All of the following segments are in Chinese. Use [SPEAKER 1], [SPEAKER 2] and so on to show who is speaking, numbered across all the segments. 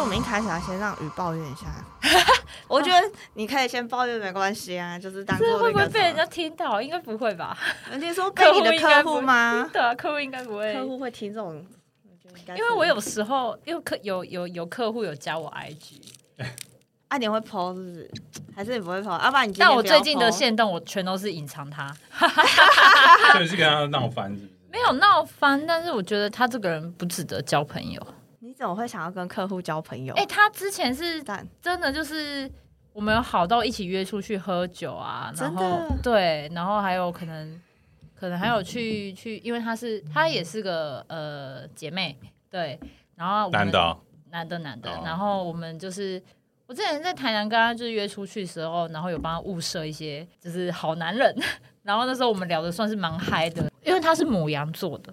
[SPEAKER 1] 我们一开始要先让雨抱怨一 下。我觉得你可以先抱怨没关系啊，就是当
[SPEAKER 2] 这
[SPEAKER 1] 做
[SPEAKER 2] 会
[SPEAKER 1] 那
[SPEAKER 2] 不会
[SPEAKER 1] 个
[SPEAKER 2] 被
[SPEAKER 1] 什么
[SPEAKER 2] 人家听到？应该不会 吧？
[SPEAKER 1] 你说被
[SPEAKER 2] 客户
[SPEAKER 1] 你的
[SPEAKER 2] 应
[SPEAKER 1] 客
[SPEAKER 2] 该
[SPEAKER 1] 户
[SPEAKER 2] 不
[SPEAKER 1] 吗？
[SPEAKER 2] 对啊，客户应该不会。
[SPEAKER 1] 客户会听这种，我觉得应该
[SPEAKER 2] 因为
[SPEAKER 1] 是
[SPEAKER 2] 我有时候，因为客有有有客户有加我 IG，
[SPEAKER 1] 啊，你会 PO 是不是？还是你不会 PO？要、不然你今天
[SPEAKER 2] 但我
[SPEAKER 1] 不要
[SPEAKER 2] 最近的
[SPEAKER 1] po
[SPEAKER 2] 线动我全都是隐藏他，
[SPEAKER 3] 所以是跟他闹翻，是不是？
[SPEAKER 2] 没有闹翻，但是我觉得他这个人不值得交朋友。
[SPEAKER 1] 你怎么会想要跟客户交朋友？
[SPEAKER 2] 哎、他之前是
[SPEAKER 1] 但
[SPEAKER 2] 真的就是我们有好到一起约出去喝酒啊，然后
[SPEAKER 1] 真的
[SPEAKER 2] 对，然后还有可能可能还有去去，因为她是她也是个呃姐妹，对，然后我们
[SPEAKER 4] 男的啊
[SPEAKER 2] 男的男的，
[SPEAKER 4] 哦
[SPEAKER 2] 然后我们就是。我之前在台南跟他就是约出去的时候，然后有帮他物色一些就是好男人， 然后那时候我们聊的算是蛮嗨的，因为他是母羊座的，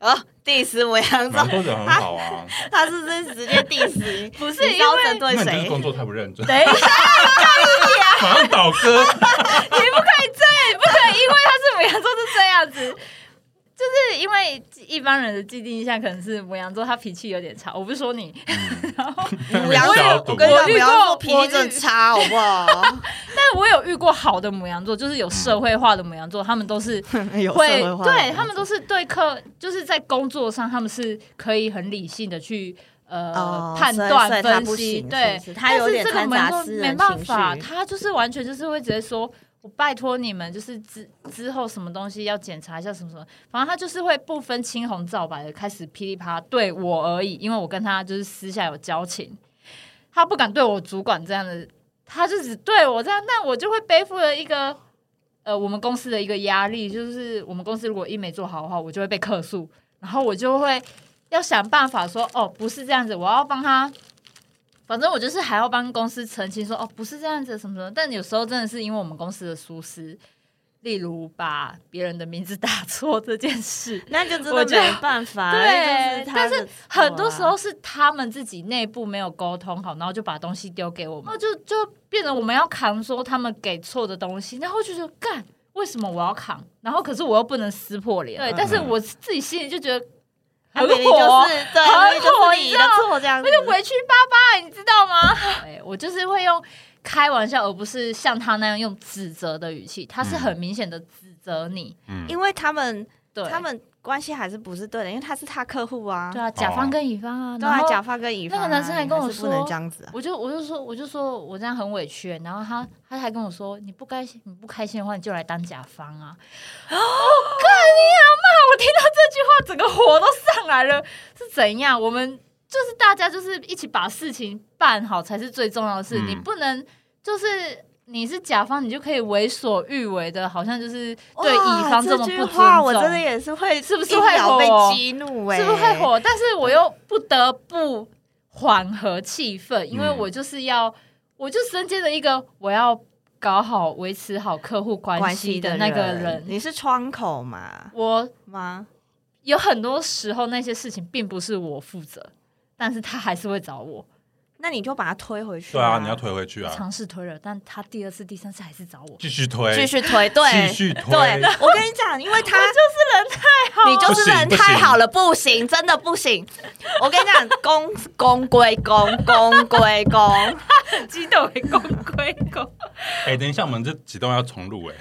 [SPEAKER 1] 哦，diss 我想说
[SPEAKER 3] 蛮，多人很好啊，
[SPEAKER 1] 他是不是直接 diss？你
[SPEAKER 2] 不
[SPEAKER 1] 不
[SPEAKER 2] 是因
[SPEAKER 1] 要
[SPEAKER 2] 为
[SPEAKER 1] 针对
[SPEAKER 3] 那你就是
[SPEAKER 1] 谁？
[SPEAKER 3] 工作太不认真，
[SPEAKER 2] 等一下，
[SPEAKER 3] 马上倒 戈。
[SPEAKER 2] 不可以，因为他是母羊座是这样子，就是因为一般人的既定印象可能是母羊座他脾气有点差，我不是说你，
[SPEAKER 3] 没
[SPEAKER 1] 梁
[SPEAKER 3] 消毒
[SPEAKER 1] 我跟你
[SPEAKER 2] 我
[SPEAKER 1] 讲，
[SPEAKER 2] 遇
[SPEAKER 1] 不要
[SPEAKER 2] 过
[SPEAKER 1] 说脾气真的差，好不好？
[SPEAKER 2] 但我有遇过好的母羊座，就是有社会化的母羊座，他们都是
[SPEAKER 1] 有
[SPEAKER 2] 会
[SPEAKER 1] 社会化的
[SPEAKER 2] 对
[SPEAKER 1] 人
[SPEAKER 2] 他们都是对客，就是在工作上他们是可以很理性的去。呃，
[SPEAKER 1] 哦
[SPEAKER 2] 判
[SPEAKER 1] 所以
[SPEAKER 2] 断
[SPEAKER 1] 所以他
[SPEAKER 2] 分
[SPEAKER 1] 不
[SPEAKER 2] 析，
[SPEAKER 1] 行
[SPEAKER 2] 对
[SPEAKER 1] 是不是，他
[SPEAKER 2] 但
[SPEAKER 1] 有
[SPEAKER 2] 是
[SPEAKER 1] 点
[SPEAKER 2] 这个
[SPEAKER 1] 掺
[SPEAKER 2] 母羊
[SPEAKER 1] 杂
[SPEAKER 2] 座
[SPEAKER 1] 私人
[SPEAKER 2] 没办
[SPEAKER 1] 情
[SPEAKER 2] 法，
[SPEAKER 1] 绪
[SPEAKER 2] 他就是完全就是会直接说，我拜托你们，就是之之后什么东西要检查一下什么什么，反正他就是会不分青红皂白的开始噼里啪啦对我而已，因为我跟他就是私下有交情，他不敢对我主管这样的，他就只对我这样，那我就会背负了一个呃我们公司的一个压力，就是我们公司如果一没做好的话，我就会被客诉，然后我就会要想办法说哦不是这样子，我要帮他。反正我就是还要帮公司澄清说，哦，不是这样子，什么什么。但有时候真的是因为我们公司的疏失，例如把别人的名字打错这件事，
[SPEAKER 1] 那就真
[SPEAKER 2] 我
[SPEAKER 1] 的
[SPEAKER 2] 觉得
[SPEAKER 1] 没办法，
[SPEAKER 2] 对
[SPEAKER 1] 因为这是他
[SPEAKER 2] 但
[SPEAKER 1] 的错啊
[SPEAKER 2] 很多时候是他们自己内部没有沟通好，然后就把东西丢给我们，然后就就变成我们要扛说他们给错的东西，然后就觉得干为什么我要扛？然后可是我又不能撕破脸，对，但是我自己心里就觉得
[SPEAKER 1] 他
[SPEAKER 2] 很
[SPEAKER 1] 明明就
[SPEAKER 2] 火，
[SPEAKER 1] 是对，
[SPEAKER 2] 很
[SPEAKER 1] 明明就
[SPEAKER 2] 火
[SPEAKER 1] 是你
[SPEAKER 2] 你
[SPEAKER 1] 的
[SPEAKER 2] 知道
[SPEAKER 1] 错这样子
[SPEAKER 2] 那。就委屈巴巴，欸你知道吗？ 哎，我就是会用开玩笑，而不是像他那样用指责的语气，他是很明显的指责你，
[SPEAKER 4] 嗯，
[SPEAKER 1] 因为他们
[SPEAKER 2] 对
[SPEAKER 1] 他。们关系还是不是对的，因为他是他客户啊
[SPEAKER 2] 对，啊，甲方跟乙方啊，
[SPEAKER 1] 对
[SPEAKER 2] 然
[SPEAKER 1] 啊，
[SPEAKER 2] 后
[SPEAKER 1] 甲方跟乙方啊，
[SPEAKER 2] 那个男生还跟我
[SPEAKER 1] 你是不能
[SPEAKER 2] 说
[SPEAKER 1] 这样子啊，
[SPEAKER 2] 我就我就说我就说我这样很委屈，欸然后他他还跟我说你不该你不开心的话你就来当甲方啊！我、干你啊妈！我听到这句话整个火都上来了，是怎样？我们就是大家就是一起把事情办好才是最重要的事，
[SPEAKER 4] 嗯
[SPEAKER 2] 你不能就是。你是甲方，你就可以为所欲为的，好像就是对
[SPEAKER 1] 哇
[SPEAKER 2] 乙方这么不
[SPEAKER 1] 句
[SPEAKER 2] 尊重。
[SPEAKER 1] 话我真的也是会，
[SPEAKER 2] 是不是
[SPEAKER 1] 一
[SPEAKER 2] 会
[SPEAKER 1] 秒被
[SPEAKER 2] 火
[SPEAKER 1] 激怒、欸？
[SPEAKER 2] 是不是会？火？但是我又不得不缓和气氛，因为
[SPEAKER 4] 嗯
[SPEAKER 2] 我就是要，我就身兼了一个我要搞好、维持好客户关
[SPEAKER 1] 关
[SPEAKER 2] 系
[SPEAKER 1] 系
[SPEAKER 2] 的
[SPEAKER 1] 的
[SPEAKER 2] 那个
[SPEAKER 1] 人，
[SPEAKER 2] 人。
[SPEAKER 1] 你是窗口嘛？
[SPEAKER 2] 我
[SPEAKER 1] 吗？
[SPEAKER 2] 有很多时候那些事情并不是我负责，但是他还是会找我，
[SPEAKER 1] 那你就把他推回去、
[SPEAKER 4] 对啊，你要推回去啊，
[SPEAKER 2] 尝试推了，但他第二次、第三次还是找我。
[SPEAKER 4] 继续推，
[SPEAKER 1] 继续推，对，
[SPEAKER 4] 继续推
[SPEAKER 1] 对，我跟你讲，因为他
[SPEAKER 2] 好
[SPEAKER 1] 你就是人
[SPEAKER 4] 不行
[SPEAKER 1] 太好了，不行，真的不行。我跟你讲，公公归公，公归公，
[SPEAKER 2] 很激动，哎 公归公，
[SPEAKER 4] 哎，等一下，我们这几段要重 录哎，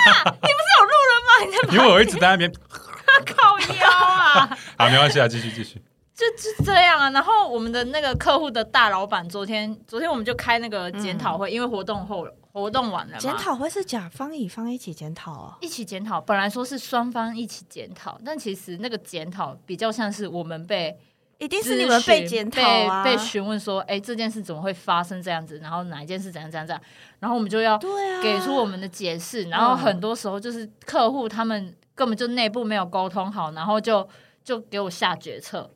[SPEAKER 2] 有路人吗？你在
[SPEAKER 4] 因为我一直在那边，
[SPEAKER 2] 靠腰啊！
[SPEAKER 4] 好，没关系啊，继续继续，
[SPEAKER 2] 就就这样啊。然后我们的那个客户的大老板，昨天昨天我们就开那个检讨会，因为活动后活动完了嘛，
[SPEAKER 1] 嗯检讨会是甲方乙方一起检讨哦。
[SPEAKER 2] 一起检讨。本来说是双方一起检讨，但其实那个检讨比较像是我们被
[SPEAKER 1] 一定是你们被检讨啊，
[SPEAKER 2] 被被询问说，哎、这件事怎么会发生这样子？然后哪一件事怎样怎样怎样？然后我们就要
[SPEAKER 1] 对啊，
[SPEAKER 2] 给出我们的解释。
[SPEAKER 1] 嗯
[SPEAKER 2] 然后很多时候就是客户他们根本就内部没有沟通好，然后就就给我下决策，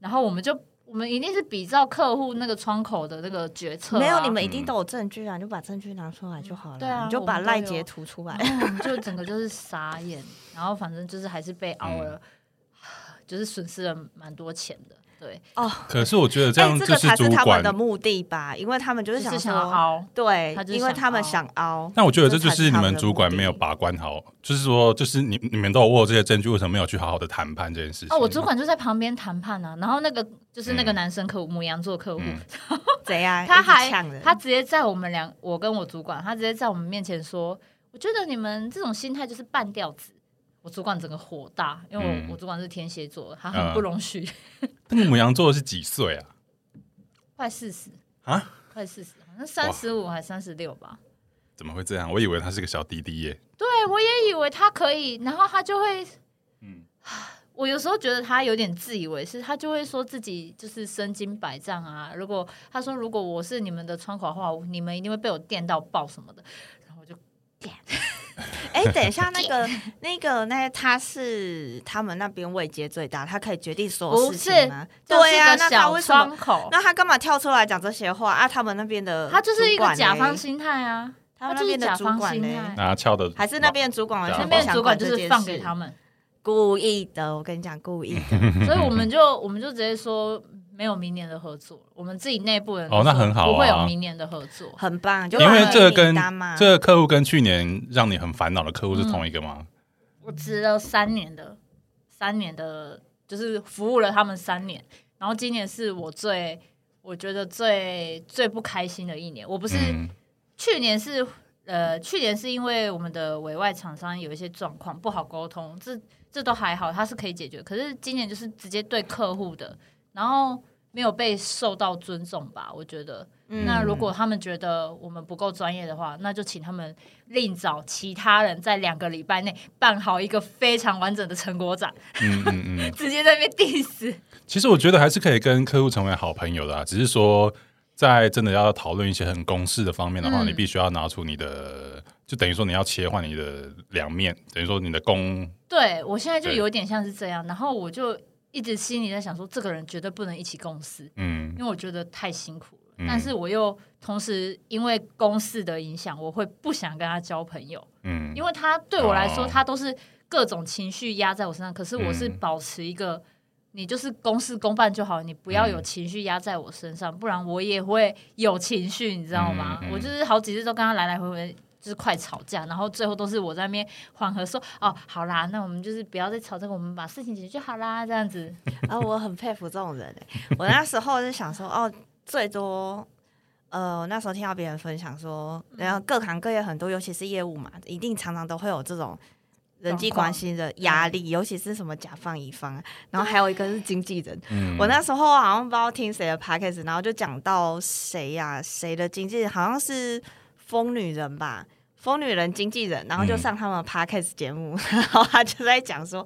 [SPEAKER 2] 然后我们就我们一定是比照客户那个窗口的那个决策啊、
[SPEAKER 1] 没有，你们一定都有证据啊，你就把证据拿出来就好了。
[SPEAKER 2] 对啊
[SPEAKER 1] 你就
[SPEAKER 2] 我
[SPEAKER 1] 把
[SPEAKER 2] 们都有
[SPEAKER 1] 赖截图出来。
[SPEAKER 2] 然后我们就整个就是傻
[SPEAKER 4] 嗯
[SPEAKER 2] 眼，然后反正就是还是被熬了，就是损失了蛮多钱的。对，
[SPEAKER 1] 哦，
[SPEAKER 4] 可是我觉得这
[SPEAKER 1] 哎
[SPEAKER 4] 样
[SPEAKER 1] 这
[SPEAKER 4] 就
[SPEAKER 1] 个才
[SPEAKER 4] 主
[SPEAKER 1] 是他们
[SPEAKER 4] 管
[SPEAKER 1] 的，目的吧，因为他们就是
[SPEAKER 2] 就是想要
[SPEAKER 1] 说，
[SPEAKER 2] 凹，
[SPEAKER 1] 对
[SPEAKER 2] 他，就是
[SPEAKER 1] 因为
[SPEAKER 2] 想
[SPEAKER 1] 他们
[SPEAKER 2] 凹
[SPEAKER 1] 想凹。
[SPEAKER 4] 但我觉得这就
[SPEAKER 1] 才
[SPEAKER 4] 是你
[SPEAKER 1] 他
[SPEAKER 4] 们
[SPEAKER 1] 的
[SPEAKER 4] 主管
[SPEAKER 1] 目的
[SPEAKER 4] 没有把关好，就是说，就是你你们都有握有这些证据，为什么没有去好好的谈判这件事情？
[SPEAKER 2] 哦，我主管就在旁边谈判啊，然后那个就是那个
[SPEAKER 4] 嗯
[SPEAKER 2] 男生客户，母羊座客户，
[SPEAKER 4] 嗯
[SPEAKER 1] 怎样，
[SPEAKER 2] 他
[SPEAKER 1] 一直
[SPEAKER 2] 还
[SPEAKER 1] 呛人
[SPEAKER 2] 他直接在我们两，我跟我主管，他直接在我们面前说，我觉得你们这种心态就是半吊子。我主管整个火大，因为我、
[SPEAKER 4] 嗯
[SPEAKER 2] 我主管是天蝎座，他
[SPEAKER 4] 嗯
[SPEAKER 2] 很不容许，
[SPEAKER 4] 那个母羊座是几岁啊？
[SPEAKER 2] 快四十
[SPEAKER 4] 啊，
[SPEAKER 2] 快四十，好像三十五还三十六吧。
[SPEAKER 4] 怎么会这样？我以为他是个小弟弟耶。
[SPEAKER 2] 对，我也以为他可以，然后他就会，
[SPEAKER 4] 嗯
[SPEAKER 2] 我有时候觉得他有点自以为是，他就会说自己就是身经百战啊。如果他说如果我是你们的窗口的话，你们一定会被我电到爆什么的。然后我就
[SPEAKER 1] 哎、等一下，那个、那个、那他是他们那边位阶最大，他可以决定所有
[SPEAKER 2] 不
[SPEAKER 1] 事
[SPEAKER 2] 是
[SPEAKER 1] 情吗？
[SPEAKER 2] 就是
[SPEAKER 1] 对啊，
[SPEAKER 2] 个
[SPEAKER 1] 那他
[SPEAKER 2] 小
[SPEAKER 1] 为什么？
[SPEAKER 2] 窗口，
[SPEAKER 1] 那他干嘛跳出来讲这些话啊？他们那边的
[SPEAKER 2] 他就是一
[SPEAKER 1] 主
[SPEAKER 2] 个
[SPEAKER 1] 管欸
[SPEAKER 2] 甲方
[SPEAKER 1] 嘞，
[SPEAKER 2] 心态啊，
[SPEAKER 1] 他们
[SPEAKER 2] 就
[SPEAKER 1] 那
[SPEAKER 2] 是
[SPEAKER 1] 边
[SPEAKER 2] 甲
[SPEAKER 1] 的
[SPEAKER 2] 方
[SPEAKER 1] 主管
[SPEAKER 2] 心
[SPEAKER 1] 嘞，
[SPEAKER 2] 态。
[SPEAKER 4] 那翘的
[SPEAKER 1] 还是那边的主管完
[SPEAKER 4] 甲
[SPEAKER 1] 全
[SPEAKER 2] 前
[SPEAKER 4] 方
[SPEAKER 1] 不
[SPEAKER 2] 面
[SPEAKER 1] 想
[SPEAKER 2] 主
[SPEAKER 1] 管
[SPEAKER 2] 管就
[SPEAKER 1] 这
[SPEAKER 2] 是
[SPEAKER 1] 件
[SPEAKER 2] 放
[SPEAKER 1] 事
[SPEAKER 2] 给他，们，
[SPEAKER 1] 故意的。我跟你讲，故意的。
[SPEAKER 2] 所以我们就我们就直接说没有明年的合作，我们自己内部人
[SPEAKER 4] 哦那很好啊
[SPEAKER 2] 不会有明年的合作。
[SPEAKER 1] 很棒，就
[SPEAKER 4] 因为
[SPEAKER 1] 把
[SPEAKER 4] 这个
[SPEAKER 1] 你
[SPEAKER 4] 跟
[SPEAKER 1] 当嘛
[SPEAKER 4] 这个客户跟去年让你很烦恼的客户是同一个吗？
[SPEAKER 2] 我值了三年的，三年的，就是服务了他们三年，然后今年是我最我觉得最最不开心的一年。我不是、
[SPEAKER 4] 嗯
[SPEAKER 2] 去年是呃，去年是因为我们的委外厂商有一些状况不好沟通，这这都还好，它是可以解决。可是今年就是直接对客户的，然后没有被受到尊重吧？我觉得，
[SPEAKER 1] 嗯
[SPEAKER 2] 那如果他们觉得我们不够专业的话，那就请他们另找其他人，在两个礼拜内办好一个非常完整的成果展，
[SPEAKER 4] 嗯嗯嗯。
[SPEAKER 2] 直接在那边 diss。
[SPEAKER 4] 其实我觉得还是可以跟客户成为好朋友的、啊，只是说在真的要讨论一些很公式的方面的话，
[SPEAKER 2] 嗯
[SPEAKER 4] 你必须要拿出你的，就等于说你要切换你的两面，等于说你的攻，
[SPEAKER 2] 对我现在就
[SPEAKER 4] 对
[SPEAKER 2] 有点像是这样，然后我就一直心里在想说，这个人绝对不能一起共事。
[SPEAKER 4] 嗯
[SPEAKER 2] 因为我觉得太辛苦了。
[SPEAKER 4] 嗯
[SPEAKER 2] 但是我又同时因为公事的影响，我会不想跟他交朋友，
[SPEAKER 4] 嗯
[SPEAKER 2] 因，为他对我来说，
[SPEAKER 4] 哦
[SPEAKER 2] 他都是各种情绪压在我身上。可是我是
[SPEAKER 4] 嗯
[SPEAKER 2] 保持一个，你就是公事公办就好，你不要有
[SPEAKER 4] 嗯
[SPEAKER 2] 情绪压在我身上，不然我也会有情绪，你知道吗？
[SPEAKER 4] 嗯嗯
[SPEAKER 2] 我就是好几次都跟他来来回回。就是快吵架，然后最后都是我在那边缓和说哦，好啦，那我们就是不要再吵这个，我们把事情解决就好啦，这样子。
[SPEAKER 1] 啊，我很佩服这种人、欸、我那时候就想说，哦，最多，呃，我那时候听到别人分享说，然后各行各业很多，尤其是业务嘛，一定常常都会有这种人际
[SPEAKER 2] 状况
[SPEAKER 1] 关系的压力，尤其是什么甲方乙方啊，然后还有一个是经纪人。
[SPEAKER 4] 嗯
[SPEAKER 1] 我那时候好像不知道听谁的 podcast，然后就讲到谁呀、谁的经纪人好像是疯女人吧。疯女人经纪人，然后就
[SPEAKER 4] 嗯
[SPEAKER 1] 上他们的 podcast 节目， 然后他就在讲说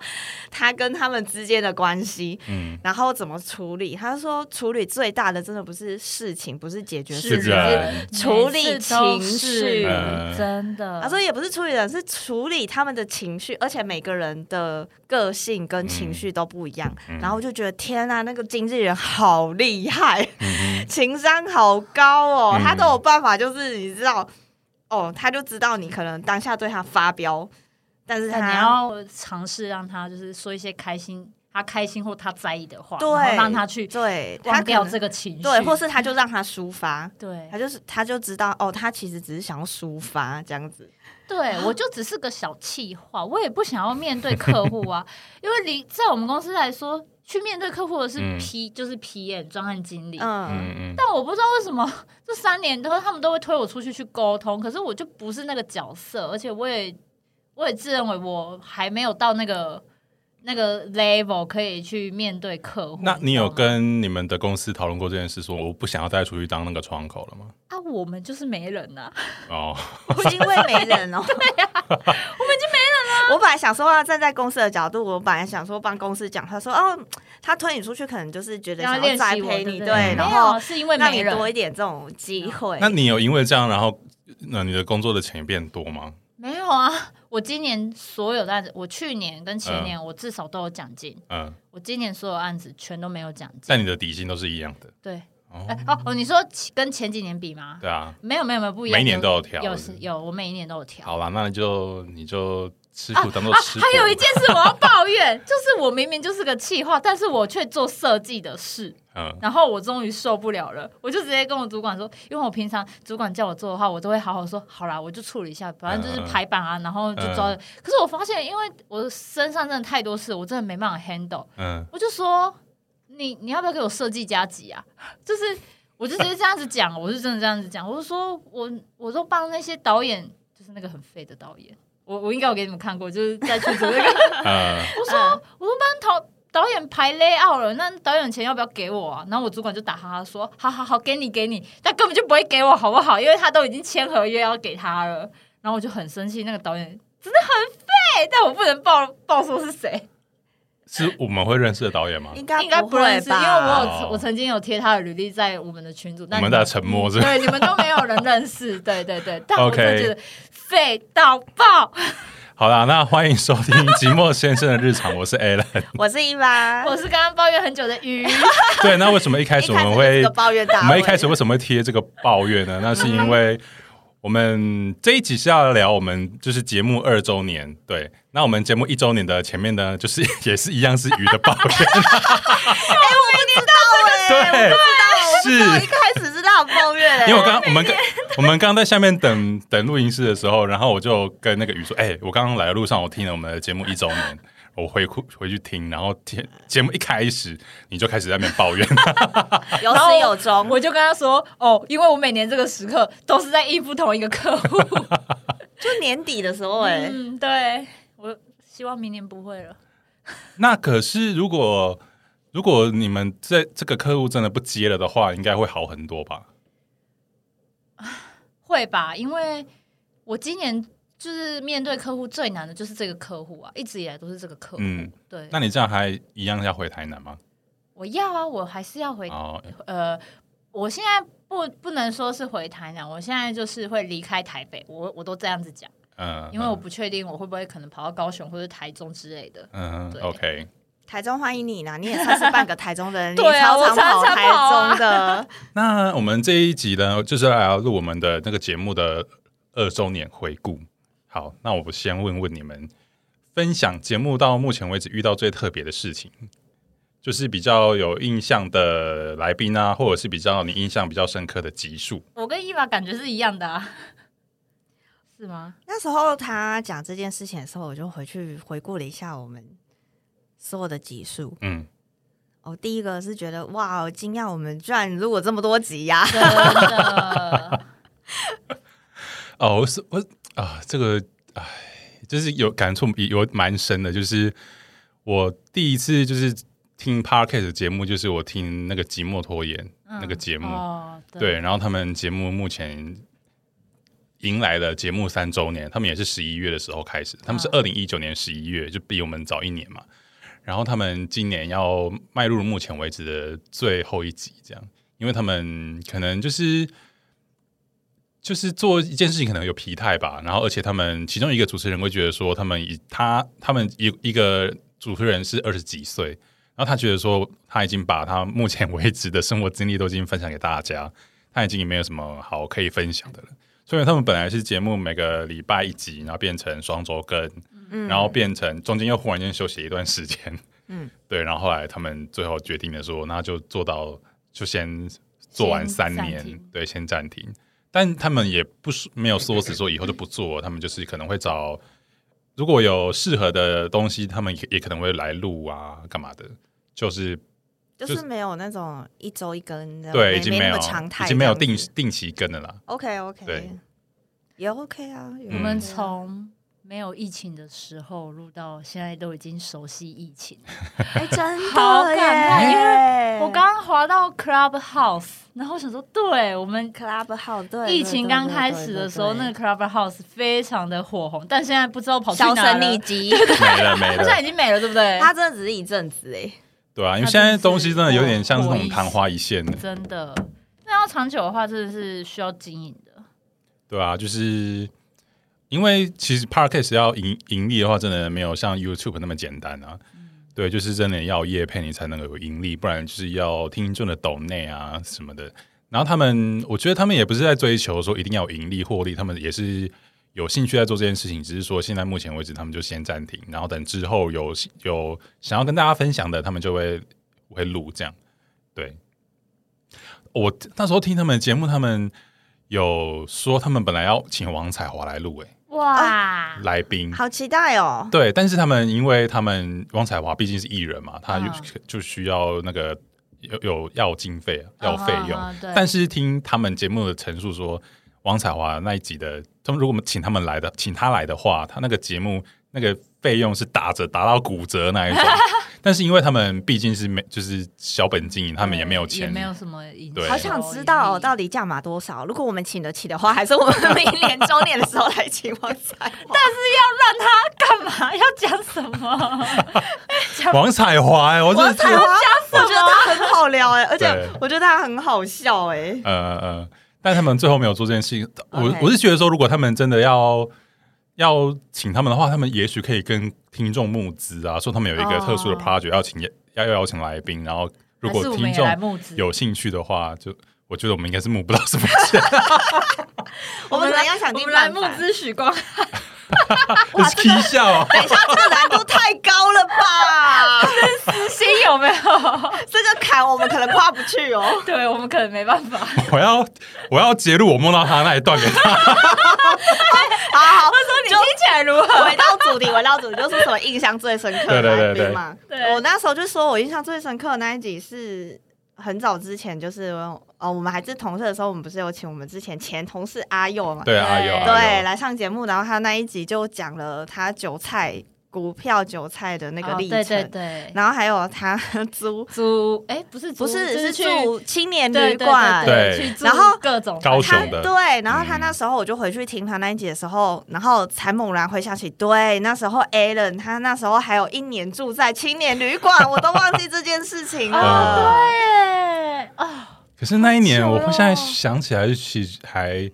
[SPEAKER 1] 他跟他们之间的关系，
[SPEAKER 4] 嗯
[SPEAKER 1] 然后怎么处理？他说处理最大的真的不是事情，不是解决
[SPEAKER 2] 是
[SPEAKER 1] 事
[SPEAKER 4] 是
[SPEAKER 1] 情，
[SPEAKER 4] 人，
[SPEAKER 1] 处理
[SPEAKER 2] 每次都
[SPEAKER 1] 情
[SPEAKER 2] 是
[SPEAKER 1] 绪
[SPEAKER 4] 嗯
[SPEAKER 2] 真的。
[SPEAKER 1] 他说也不是处理人，是处理他们的情绪，而且每个人的个性跟情绪都不一样。
[SPEAKER 4] 嗯
[SPEAKER 1] 然后我就觉得天啊，那个经纪人好厉害，
[SPEAKER 4] 嗯
[SPEAKER 1] 情商好高哦，
[SPEAKER 4] 嗯
[SPEAKER 1] 他都有办法，就是你知道，哦，他就知道你可能当下对他发飙，但是
[SPEAKER 2] 那
[SPEAKER 1] 他
[SPEAKER 2] 你要尝试让他就是说一些开心，他开心或他在意的话，
[SPEAKER 1] 对
[SPEAKER 2] 然后让他去
[SPEAKER 1] 对他
[SPEAKER 2] 忘掉
[SPEAKER 1] 可能
[SPEAKER 2] 这个情绪，
[SPEAKER 1] 对，或是他就让他抒发。
[SPEAKER 2] 对
[SPEAKER 1] 他就是，他就知道哦，他其实只是想要抒发这样子。
[SPEAKER 2] 对，我就只是个小气话，我也不想要面对客 户啊，因为你在我们公司来说，去面对客户的是
[SPEAKER 4] 嗯
[SPEAKER 2] P，、就是 P M 专案经 理。
[SPEAKER 1] 嗯，
[SPEAKER 4] 嗯嗯
[SPEAKER 2] 但我不知道为什么 这三年都他们都会推我出去去沟通，可是我就不是那个角色，而且我也我也自认为我还没有到那个那个 level 可以去面对客户。
[SPEAKER 4] 那你
[SPEAKER 2] 知道
[SPEAKER 4] 有
[SPEAKER 2] 吗
[SPEAKER 4] 跟你们的公司讨论过这件事，说我不想要再出去当那个窗口了吗？
[SPEAKER 2] 啊？我们就是没人啊呐、
[SPEAKER 4] 哦，
[SPEAKER 1] 是因为没人 哦。对呀、我们已经没人了。 我本来想说要站在公司的角度，我本来想说帮公司讲，他说哦，他推你出去可能就是觉得想
[SPEAKER 2] 练
[SPEAKER 1] 栽
[SPEAKER 2] 习我，
[SPEAKER 1] 培
[SPEAKER 2] 对
[SPEAKER 1] 你，
[SPEAKER 2] 不
[SPEAKER 1] 对，然
[SPEAKER 2] 没
[SPEAKER 1] 后
[SPEAKER 2] 有啊是因为
[SPEAKER 1] 让
[SPEAKER 2] 没
[SPEAKER 1] 你
[SPEAKER 2] 人
[SPEAKER 1] 多一点这种机会。
[SPEAKER 4] 啊那你有因为这样，然后那你的工作的钱变多吗？
[SPEAKER 2] 没有啊。我今年所有的案子，我去年跟前年我至少都有奖金，
[SPEAKER 4] 嗯，
[SPEAKER 2] 我今年所有案子全都没有奖金。
[SPEAKER 4] 但你的底薪都是一样的。
[SPEAKER 2] 对，
[SPEAKER 4] 哦，
[SPEAKER 2] 哎哦哦，你说跟前几年比吗？
[SPEAKER 4] 对啊，
[SPEAKER 2] 没有没有没有不一样，
[SPEAKER 4] 每一年都有调。
[SPEAKER 2] 有
[SPEAKER 4] 是不是
[SPEAKER 2] 有，我每一年都有调。
[SPEAKER 4] 好啦，那你就你就吃苦当做吃
[SPEAKER 1] 啊
[SPEAKER 2] 啊
[SPEAKER 4] 苦。
[SPEAKER 2] 还有一件事我要抱怨， 就是我明明就是个气话，但是我却做设计的事，
[SPEAKER 4] 嗯，
[SPEAKER 2] 然后我终于受不了了，我就直接跟我主管说，因为我平常主管叫我做的话，我都会好好说，好啦，我就处理一下，反正就是排版啊，然后就抓。
[SPEAKER 4] 嗯
[SPEAKER 2] 可是我发现，因为我身上真的太多事，我真的没办法 handle，
[SPEAKER 4] 嗯
[SPEAKER 2] 我就说你你要不要给我设计加急啊？就是我就直接这样子讲，我是真的这样子讲，我就说我我都帮那些导演，就是那个很废的导演，我我应该有给你们看过，就是在去组那个，
[SPEAKER 4] 呃，
[SPEAKER 2] 我说我都帮导导演排 layout 了，那导演钱要不要给我啊？然后我主管就打哈哈说，好好好，给你给你，但根本就不会给我好不好？因为他都已经签合约要给他了，然后我就很生气，那个导演真的很废，但我不能报报说是谁。
[SPEAKER 4] 是我们会认识的导演吗？
[SPEAKER 1] 应该
[SPEAKER 2] 应该
[SPEAKER 1] 不
[SPEAKER 2] 不
[SPEAKER 1] 会
[SPEAKER 2] 认识，因为
[SPEAKER 1] 吧？
[SPEAKER 2] 我有、我曾经有贴他的履历在我们的群组，
[SPEAKER 4] 我
[SPEAKER 2] 但
[SPEAKER 4] 们在沉默
[SPEAKER 1] 嗯
[SPEAKER 4] 是吧
[SPEAKER 2] 对你们都没有人认识，对对对，但我就
[SPEAKER 4] OK
[SPEAKER 2] 觉得废到爆，
[SPEAKER 4] 好啦，那欢迎收听《寂寞先生的日常》，我是 Alan。
[SPEAKER 1] 我是一般，
[SPEAKER 2] 我是刚刚抱怨很久的鱼，
[SPEAKER 4] 对，那为什么一 开
[SPEAKER 1] 一
[SPEAKER 4] 始
[SPEAKER 1] 开
[SPEAKER 4] 我
[SPEAKER 1] 始就
[SPEAKER 4] 们
[SPEAKER 1] 是
[SPEAKER 4] 会
[SPEAKER 1] 个抱怨大啊
[SPEAKER 4] 我
[SPEAKER 1] 会，
[SPEAKER 4] 们一开始为什么会贴这个抱怨呢？那是因为我们这一集是要聊我们就是节目二周年，对。那我们节目一周年的前面呢，就是也是一样是鱼的抱 怨，
[SPEAKER 1] 哎
[SPEAKER 4] 对，是。
[SPEAKER 1] 我一开始知道抱怨嘞，
[SPEAKER 4] 因为我刚我们刚我们刚刚在下面等等录音室的时候，然后我就跟那个雨说：“哎、我刚刚来的路上，我听了我们的节目一周年，我回库回去听，然后听节目一开始你就开始在那边抱怨，
[SPEAKER 1] 有始有终，
[SPEAKER 2] 我就跟他说哦，因为我每年这个时刻都是在应付同一个客户，
[SPEAKER 1] 就年底的时候哎，
[SPEAKER 2] 嗯，对我希望明年不会了，
[SPEAKER 4] 那可是如果如果你们这这个客户真的不接了的话，应该会好很多吧？
[SPEAKER 2] 会吧？因为我今年就是面对客户最难的就是这个客户啊，一直以来都是这个客户，
[SPEAKER 4] 嗯
[SPEAKER 2] 对，
[SPEAKER 4] 那你这样还一样要回台南吗？
[SPEAKER 2] 我要啊，我还是要回
[SPEAKER 4] 哦，
[SPEAKER 2] 呃，我现在不不能说是回台南，我现在就是会离开台北，我我都这样子讲，
[SPEAKER 4] 嗯，
[SPEAKER 2] 因为我不确定我会不会可能跑到高雄或者台中之类的。
[SPEAKER 4] 嗯
[SPEAKER 2] 对
[SPEAKER 4] ，OK，
[SPEAKER 1] 台中欢迎你啦，你也算是半个台中 人，你
[SPEAKER 2] 对啊
[SPEAKER 1] 超
[SPEAKER 2] 我常
[SPEAKER 1] 跑
[SPEAKER 2] 常
[SPEAKER 1] 台
[SPEAKER 2] 跑啊
[SPEAKER 1] 中 的，
[SPEAKER 4] 那我们这一集呢，就是来录我们的那个节目的二周年回顾。好，那我先问问你们，分享节目到目前为止遇到最特别的事情，就是比较有印象的来宾啊，或者是比较你印象比较深刻的集数。
[SPEAKER 2] 我跟伊娃感觉是一样的啊， 是吗？
[SPEAKER 1] 那时候他讲这件事情的时候，我就回去回顾了一下我们所有的集数。
[SPEAKER 4] 嗯，
[SPEAKER 1] 哦，第一个是觉得哇，好惊讶我们居然录了这么多集呀、
[SPEAKER 2] 真的，
[SPEAKER 4] 哦，我是我啊，这个哎，就是有感触有蛮深的，就是我第一次就是听 podcast 节目，就是我听那个《寂寞拖延》 那个节目。
[SPEAKER 2] 嗯哦，
[SPEAKER 4] 对，然后他们节目目前迎来了节目三周年，他们也是十一月的时候开始，他们是二零一九年十一月，就比我们早一年嘛。然后他们今年要迈入目前为止的最后一集，这样，因为他们可能就是就是做一件事情可能有疲态吧，然后而且他们其中一个主持人会觉得说，他们以他他们一一个主持人是二十几岁，然后他觉得说他已经把他目前为止的生活经历都已经分享给大家，他已经没有什么好可以分享的了。所以他们本来是节目每个礼拜一集，然后变成双周更，
[SPEAKER 1] 嗯，
[SPEAKER 4] 然后变成中间又忽然间休息一段时间，
[SPEAKER 1] 嗯
[SPEAKER 4] 嗯， 对，然后后来他们最后决定的说，那就做到就先做完三
[SPEAKER 2] 先暂
[SPEAKER 4] 年
[SPEAKER 2] 停，
[SPEAKER 4] 对，先暂停。但他们也不是没有说死说以后就不做了，他们就是可能会找如果有适合的东西，他们也也可能会来录啊，干嘛的，就是
[SPEAKER 1] 就是没有那种一周一根的，
[SPEAKER 4] 对，
[SPEAKER 1] 没
[SPEAKER 4] 已经
[SPEAKER 1] 没
[SPEAKER 4] 没
[SPEAKER 1] 那
[SPEAKER 4] 有
[SPEAKER 1] 么常态，
[SPEAKER 4] 已经没有定。定期更的啦。
[SPEAKER 1] OK OK，
[SPEAKER 4] 对嗯
[SPEAKER 1] 也 OK 啊，也 OK 啊
[SPEAKER 2] 我们从没有疫情的时候录到现在，都已经熟悉疫情。
[SPEAKER 1] 哎、真的
[SPEAKER 2] 好感慨因
[SPEAKER 1] 为
[SPEAKER 2] 我刚刚滑到 Clubhouse，然后想说，对我们
[SPEAKER 1] club 好对，
[SPEAKER 2] 疫情刚开始的时候，那个 Clubhouse 非常的火红，但现在不知道跑去
[SPEAKER 1] 销
[SPEAKER 2] 哪
[SPEAKER 1] 声
[SPEAKER 2] 了。
[SPEAKER 1] 匿迹，
[SPEAKER 4] 没了 没
[SPEAKER 2] 它现在
[SPEAKER 4] 了，
[SPEAKER 2] 已经没了，对不对？
[SPEAKER 1] 它真的只是一阵子哎、
[SPEAKER 4] 对啊，因
[SPEAKER 2] 它
[SPEAKER 4] 为现
[SPEAKER 2] 真
[SPEAKER 4] 在
[SPEAKER 2] 是
[SPEAKER 4] 东西真的有点像是
[SPEAKER 2] 火
[SPEAKER 4] 那
[SPEAKER 2] 火
[SPEAKER 4] 种
[SPEAKER 2] 一
[SPEAKER 4] 昙花一现的，
[SPEAKER 2] 真的，那要长久的话，真的是需要经营的。
[SPEAKER 4] 对啊，就是因为其实 podcast 要盈盈利的话，真的没有像 YouTube 那么简单啊。对，就是真的要有业配你才能够有盈利，不然就是要听众的抖内啊什么的。然后他们，我觉得他们也不是在追求说一定要有盈利获利，他们也是有兴趣在做这件事情，只是说现在目前为止他们就先暂停，然后等之后有有想要跟大家分享的，他们就会会录这样。对，我那时候听他们的节目，他们有说他们本来要请王彩华来录，哎，
[SPEAKER 2] 哇，
[SPEAKER 4] 来宾。
[SPEAKER 1] 好期待哦！
[SPEAKER 4] 对，但是他们因为他们王彩华毕竟是艺人嘛，他就、
[SPEAKER 2] 嗯
[SPEAKER 4] 就需要那个有有要经费啊，要费用。
[SPEAKER 2] 嗯嗯嗯对
[SPEAKER 4] 但是听他们节目的陈述说，王彩华那一集的，他们如果我们请他们来的，请他来的话，他那个节目那个费用是打折打到骨折那一种。但是因为他们毕竟是没就是小本经营，他们也没有
[SPEAKER 2] 也
[SPEAKER 4] 钱，
[SPEAKER 2] 没有什么影响。
[SPEAKER 4] 对
[SPEAKER 1] 好想知道、哦、到底价码多少？如果我们请得起的话，还是我们明年周年的时候来请王彩华？
[SPEAKER 2] 要让他干嘛？要 讲什么？
[SPEAKER 4] 王彩华、欸，我真
[SPEAKER 1] 王
[SPEAKER 4] 的
[SPEAKER 1] 彩华，我觉得他很好聊哎、而且
[SPEAKER 4] 对
[SPEAKER 1] 我觉得他很好笑哎、
[SPEAKER 4] 呃呃，但他们最后没有做这件事情。我
[SPEAKER 1] OK
[SPEAKER 4] 我是觉得说，如果他们真的要要请他们的话，他们也许可以跟听众募资啊，说他们有一个
[SPEAKER 1] 哦
[SPEAKER 4] 特殊的 project 要请要邀请来宾，然后 如
[SPEAKER 2] 还是
[SPEAKER 4] 果
[SPEAKER 2] 我们
[SPEAKER 4] 听
[SPEAKER 2] 也来
[SPEAKER 4] 众
[SPEAKER 2] 募资，
[SPEAKER 4] 有兴趣的话，就我觉得我们应该是募不到什么钱，
[SPEAKER 1] 我们可能要想
[SPEAKER 2] 我
[SPEAKER 1] 尽
[SPEAKER 2] 们来
[SPEAKER 1] 办
[SPEAKER 2] 募
[SPEAKER 1] 法。
[SPEAKER 2] 资许光，
[SPEAKER 4] 我是 k 笑啊。
[SPEAKER 1] 等一下，这个难度太高了吧？
[SPEAKER 2] 心有 没有？
[SPEAKER 1] 这个坎我们可能跨不去哦。
[SPEAKER 2] 对我们可能没办 法。
[SPEAKER 4] 我要我要截录我梦到他那一段给他。
[SPEAKER 1] 好好，
[SPEAKER 2] 你听起来如何？
[SPEAKER 1] 回到主题，回到主题，就是什么印象最深刻的
[SPEAKER 4] 对对
[SPEAKER 1] 来
[SPEAKER 4] 对
[SPEAKER 1] 宾嘛？
[SPEAKER 2] 对对
[SPEAKER 1] 我那时候就说我印象最深刻的那一集是很早之前，就是哦，我们还是同事的时候，我们不是有请我们之前前同事阿佑嘛？
[SPEAKER 4] 对啊，阿
[SPEAKER 2] 对
[SPEAKER 4] 佑
[SPEAKER 1] 对
[SPEAKER 4] 阿佑，
[SPEAKER 1] 来上节目，然后他那一集就讲了他韭菜股票韭菜的那个
[SPEAKER 2] 哦
[SPEAKER 1] 历程，
[SPEAKER 2] 对对对，
[SPEAKER 1] 然后还有他 租
[SPEAKER 2] 租哎不是租
[SPEAKER 1] 不是
[SPEAKER 2] 就是去
[SPEAKER 1] 住青年
[SPEAKER 2] 对
[SPEAKER 1] 旅
[SPEAKER 2] 对
[SPEAKER 1] 馆，
[SPEAKER 2] 对
[SPEAKER 4] 对
[SPEAKER 2] 去租
[SPEAKER 1] 然后
[SPEAKER 2] 各种
[SPEAKER 4] 高
[SPEAKER 1] 他
[SPEAKER 4] 雄的
[SPEAKER 1] 对，然后他
[SPEAKER 4] 嗯
[SPEAKER 1] 那时候我就回去听他那一集的时候，然后才猛然回想起，对，那时候 Alan 他那时候还有一年住在青年旅馆，我都忘记这件事情
[SPEAKER 2] 哦
[SPEAKER 1] 了。
[SPEAKER 4] 嗯
[SPEAKER 2] 对哦，
[SPEAKER 4] 可是那一年，
[SPEAKER 2] 好久
[SPEAKER 4] 我
[SPEAKER 2] 了
[SPEAKER 4] 现在想起来，其实还